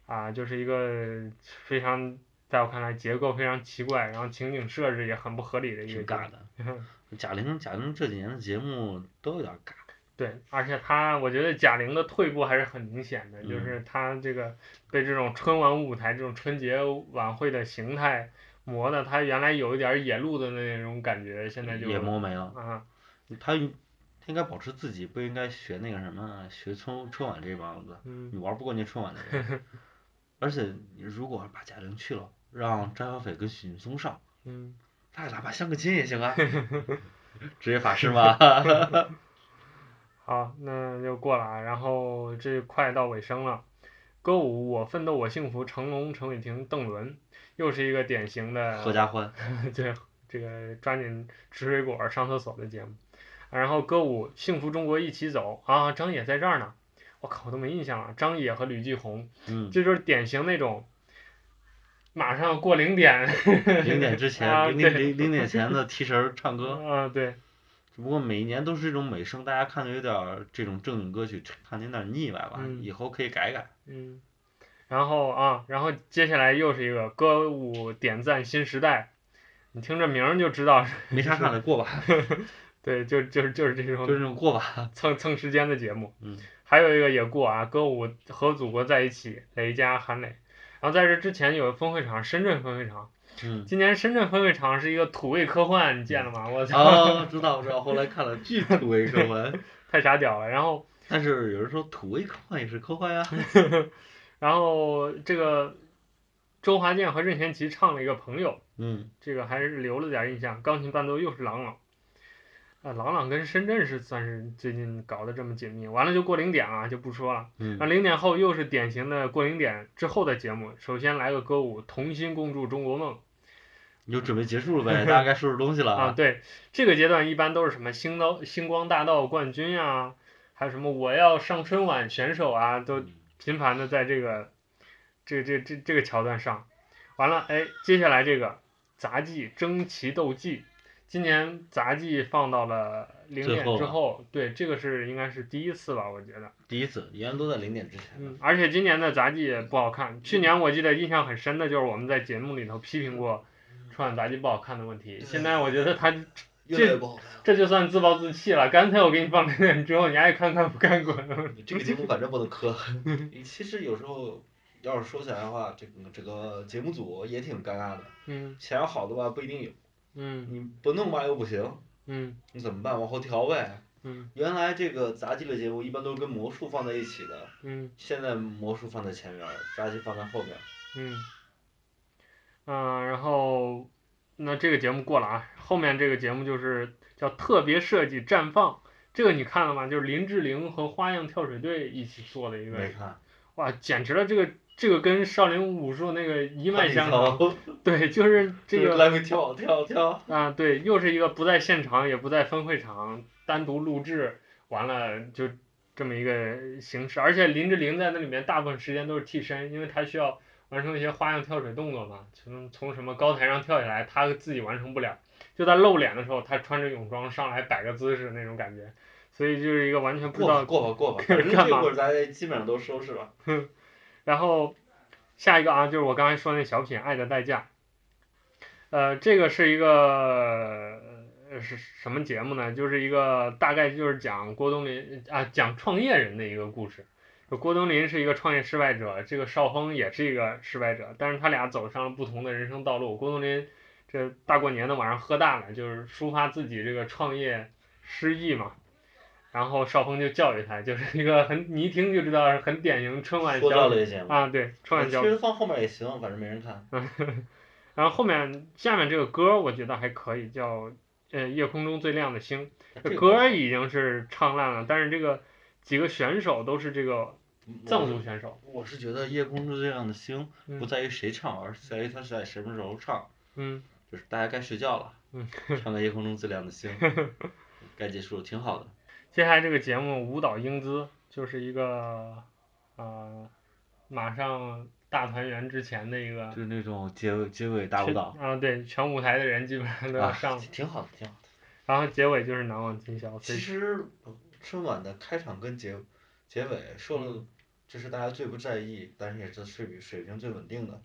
A: 啊，就是一个非常在我看来结构非常奇怪，然后情景设置也很不合理的一个剧
B: 挺尬的。 贾玲，贾玲这几年的节目都有点尬。
A: 对，而且他，我觉得贾玲的退步还是很明显的，就
B: 嗯
A: 是她这个被这种春晚舞台、这种春节晚会的形态磨的，她原来有一点儿野路的那种感觉，现在就
B: 也磨没了。
A: 啊，
B: 他应他应该保持自己，不应该学那个什么，学春春晚这帮子，
A: 嗯
B: 你玩不过人家春晚的 人。而且你如果把贾玲去了，让张小斐跟许劲松上，
A: 嗯，
B: 那哪怕相个亲也 行啊。职业法师吗？
A: 好，那就过了啊，然后这快到尾声了。歌舞《我奋斗我幸福》，成龙、陈伟霆、邓伦，又是一个典型的
B: 合家欢，
A: 对，这个抓紧吃水果、上厕所的节目。啊然后歌舞《幸福中国一起走》啊，张也在这儿呢。我靠，我都没印象了。张也和吕继红，
B: 嗯，
A: 这就是典型那种马上过零点，
B: 零点之
A: 啊
B: 前，零点
A: 对
B: 零零点前的提神儿唱歌，
A: 啊，对，
B: 只不过每一年都是这种美声，大家看着有点儿这种正经歌曲，看着有点儿腻歪吧，
A: 嗯
B: 以后可以改 改。
A: 嗯。然后啊，然后接下来又是一个歌舞点赞新时代，你听这名儿就知道是，
B: 没啥看的过吧，
A: 对，就就是就是这
B: 就
A: 种
B: 是那种过 吧。
A: 蹭蹭时间的节目。
B: 嗯，
A: 还有一个也过啊，歌舞和祖国在一起，雷佳、韩磊。然后在这之前有分会场，深圳分会场。
B: 嗯，
A: 今年深圳分会场是一个土味科幻，你见了吗？我操，
B: 哦，知道知道，后来看了巨土味科幻，
A: 太傻屌了。然后，
B: 但是有人说土味科幻也是科 幻呀，
A: 然后这个周华健和任贤齐唱了一个《朋友》，
B: 嗯，
A: 这个还是留了点印象。钢琴伴奏又是郎朗。啊，郎朗跟深圳是算是最近搞得这么紧密，完了就过零点了，就不说了。
B: 嗯
A: 那零点后又是典型的过零点之后的节目，首先来个歌舞《同心共筑中国梦
B: 你就准备结束了 呗，大家该收拾东西》了
A: 啊，，对，这个阶段一般都是什么星道星光大道冠军啊，还有什么我要上春晚选手啊，都
B: 嗯
A: 频繁的在这个这这这这个桥段上。完了，哎，接下来这个杂技争奇斗技，今年杂技放到了零
B: 最
A: 点
B: 后
A: 之
B: 了
A: 后，对，这个是应该是第一次吧，我觉得。
B: 第一次，原来都在零点之前的
A: 嗯，而且今年的杂技也不好看。去年我记得印象很深的就是我们在节目里头批评过春晚杂技不好看的问题。
C: 对
A: 现在我觉得他
C: 越来越不好看
A: 这就算自暴自弃了。刚才我给你放这个之后，你爱看看不看滚。
C: 了。这个节目反正不能磕。 其实有时候要是说起来的话，这个这个节目组也挺尴尬的。
A: 嗯
C: 想要好的吧不一定有，
A: 嗯
C: 你不弄吧又不行，
A: 嗯
C: 你怎么办？往后调呗。
A: 嗯
C: 原来这个杂技类节目一般都是跟魔术放在一起的，
A: 嗯
C: 现在魔术放在前面，杂技放在后面。
A: 嗯。嗯，然后那这个节目过了啊，后面这个节目就是叫特别设计绽放。这个你看了吗？就是林志玲和花样跳水队一起做的一个
B: 没看，
A: 哇，简直了！这个这个跟少林武术那个一
C: 一
A: 脉相承。对，就是这
C: 就是
A: 个
C: 来回跳跳跳，
A: 啊，对，又是一个不在现场，也不在分会场，单独录制，完了就这么一个形式。而且林志玲在那里面大部分时间都是替身，因为她需要完成一些花样跳水动作嘛，从从什么高台上跳下来，她自己完成不了。就在露脸的时候，她穿着泳装上来摆个姿势那种感觉，所以就是一个完全不知
C: 过吧
A: 道
C: 过吧过吧，反正这会儿咱基本上都收拾了。
A: 然后下一个啊，就是我刚才说那小品《爱的代价》。呃，这个是一个呃是什么节目呢？就是一个大概就是讲郭冬临啊，讲创业人的一个故事。就郭冬临是一个创业失败者，这个邵峰也是一个失败者，但是他俩走上了不同的人生道路。郭冬临这大过年的晚上喝大了，就是抒发自己这个创业失意嘛。然后邵峰就教育他，就是一个很你一听就知道是很典型春晚
B: 说
A: 小
B: 到
A: 品
B: 类节目，
A: 啊，对，春
B: 哎
A: 晚
C: 其
A: 小
C: 实放后面也行，反正没人看。
A: 然后后面下面这个歌儿我觉得还可以，叫呃夜空中最亮的星
B: 哎》，
A: 这
B: 这
A: 歌儿已经是唱烂了，但是这个几个选手都是这个藏族选手，
D: 我是觉得夜空中最亮的星
A: 嗯
D: 不在于谁唱，而是在于他是在什么时候唱。
A: 嗯
D: 就是大家该睡觉了，
A: 嗯，
D: 唱个夜空中最亮的星， 该结束了，挺好的。
A: 接下来这个节目舞蹈英姿就是一个呃马上大团圆之前的一个
D: 就是那种结尾结尾大舞蹈
A: 全啊，对，全舞台的人基本上都要
D: 啊
A: 上，，
D: 挺好的，挺好的。
A: 然后结尾就是难忘今宵，所
B: 其
A: 以
B: 实呃春晚的开场跟结结尾说了，这是大家最不在意，但是也是水平水平最稳定的。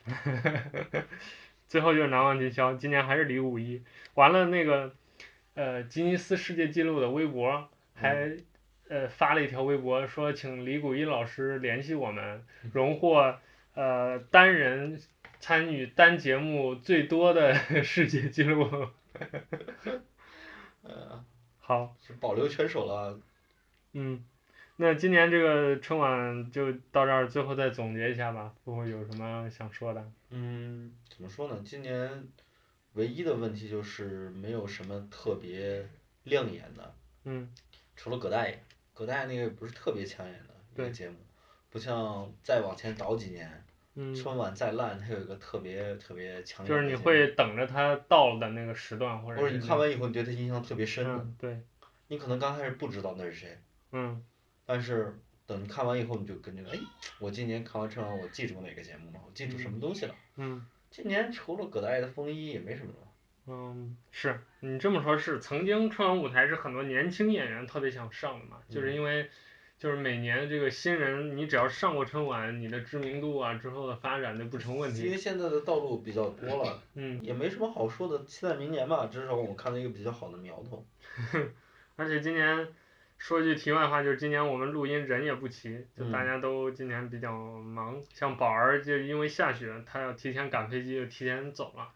A: 最后就是难忘今宵，今年还是李谷一。完了那个，呃，吉尼斯世界纪录的微博还、呃发了一条微博说，请李谷一老师联系我们，荣获呃单人参与单节目最多的 世界纪录。
B: 呃，
A: 好，
B: 是保留全手了，
A: 嗯，那今年这个春晚就到这儿，最后再总结一下吧，不会有什么想说的。
B: 嗯，怎么说呢？今年唯一的问题就是没有什么特别亮眼的，
A: 嗯
B: 除了葛大爷，葛大爷那个也不是特别抢眼的一个
A: 对
B: 节目，不像再往前倒几年，
A: 嗯，
B: 春晚再烂，它有一个特别特别抢眼
A: 就
B: 的
A: 是你
B: 节目
A: 会等着它到的那个时段，或者
B: 或者
A: 是
B: 你看完以后，你对他印象特别深的，
A: 嗯，对，
B: 你可能刚开始不知道那是谁，
A: 嗯
B: 但是等你看完以后，你就跟着，哎，我今年看完春晚，我记住哪个节目了，我记住什么东西了。
A: 嗯
B: 今年除了葛大爷的风衣也没什么了。
A: 嗯，是你这么说，是曾经春晚舞台是很多年轻演员特别想上的嘛，就是
B: 嗯
A: 因为就是每年这个新人，你只要上过春晚，你的知名度啊之后的发展就不成问
B: 因
A: 题。
B: 为现在的道路比较多了，
A: 嗯，
B: 也没什么好说的。期待明年吧，至少我看到一个比较好的苗头。
A: 而且今年说句题外话，就是今年我们录音人也不齐，就大
B: 嗯
A: 家都今年比较忙，像宝儿就因为下雪，他要提前赶飞机，就提前走了。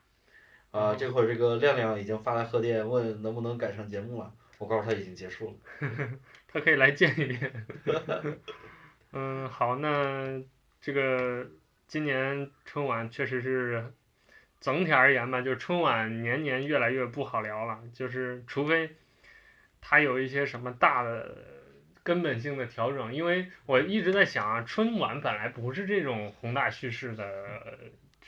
B: 啊，这会儿这个亮亮已经发来贺电，问能不能赶上节目了。我告诉他已经结束了。
A: 他可以来见一面。 嗯，好，那这个今年春晚确实是总体而言吧，就是春晚年年越来越不好聊了，就是除非它有一些什么大的根本性的调整，因为我一直在想啊，春晚本来不是这种宏大叙事的。呃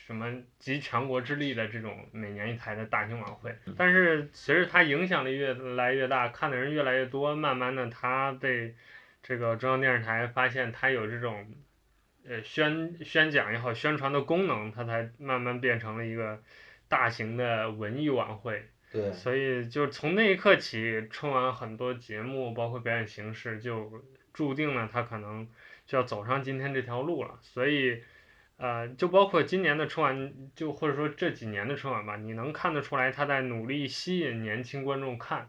A: 什么集全国之力的这种每年一台的大型晚会，但是随着它影响力越来越大，看的人越来越多，慢慢的它被这个中央电视台发现它有这种呃宣宣讲也好，宣传的功能，它才慢慢变成了一个大型的文艺晚会。
B: 对，
A: 所以就从那一刻起，春晚很多节目，包括表演形式，就注定了它可能就要走上今天这条路了。所以，呃，就包括今年的春晚，就或者说这几年的春晚吧，你能看得出来，他在努力吸引年轻观众看，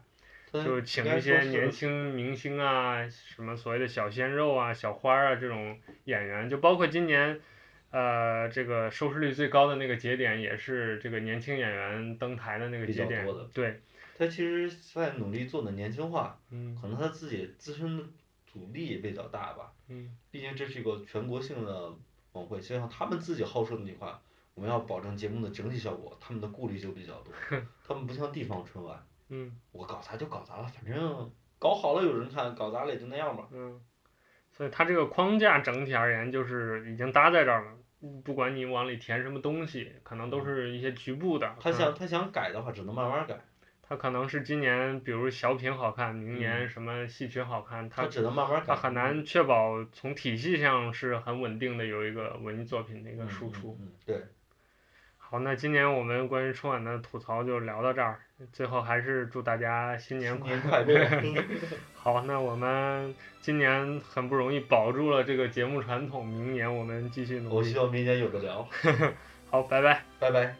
B: 他
A: 就
B: 嗯应
A: 请
B: 该
A: 一些
B: 说是
A: 年轻明星啊，什么所谓的小鲜肉啊、小花儿啊这种演员，就包括今年。呃，这个收视率最高的那个节点，也是这个年轻演员登台的那个
B: 比
A: 节
B: 较
A: 点
B: 多的，
A: 对，
B: 他其实在努力做的年轻化，
A: 嗯
B: 可能他自己自身的阻力也比较大吧。
A: 嗯
B: 毕竟这是一个全国性的晚会，就像他们自己好说的那句话，我们要保证节目的整体效果，他们的顾虑就比较 多。他们不像地方春晚，
A: 嗯
B: 我搞砸就搞砸了，反正搞好了有人看，搞砸了也就那样吧。
A: 嗯，所以它这个框架整体而言就是已经搭在这儿了，嗯不管你往里填什么东西，可能
B: 嗯
A: 都是一些局部的。
B: 他
A: 可
B: 想
A: 能
B: 他想改的话，只能慢慢改，
A: 它可能是今年比如小品好看，明年
B: 嗯
A: 什么戏曲好看，
B: 他
A: 它
B: 只能慢慢
A: 它
B: 改。
A: 很难确保从体系上是很稳定的有一个文艺作品的一
B: 嗯
A: 个输出。
B: 嗯嗯对，
A: 好，那今年我们关于春晚的吐槽就聊到这儿，最后还是祝大家新年
B: 新
A: 快乐
B: 年。快乐，
A: 好，那我们今年很不容易保住了这个节目传统，明年我们继续努
B: 我希
A: 力。
B: 望明年有的聊，
A: 好，拜拜。
B: 拜拜。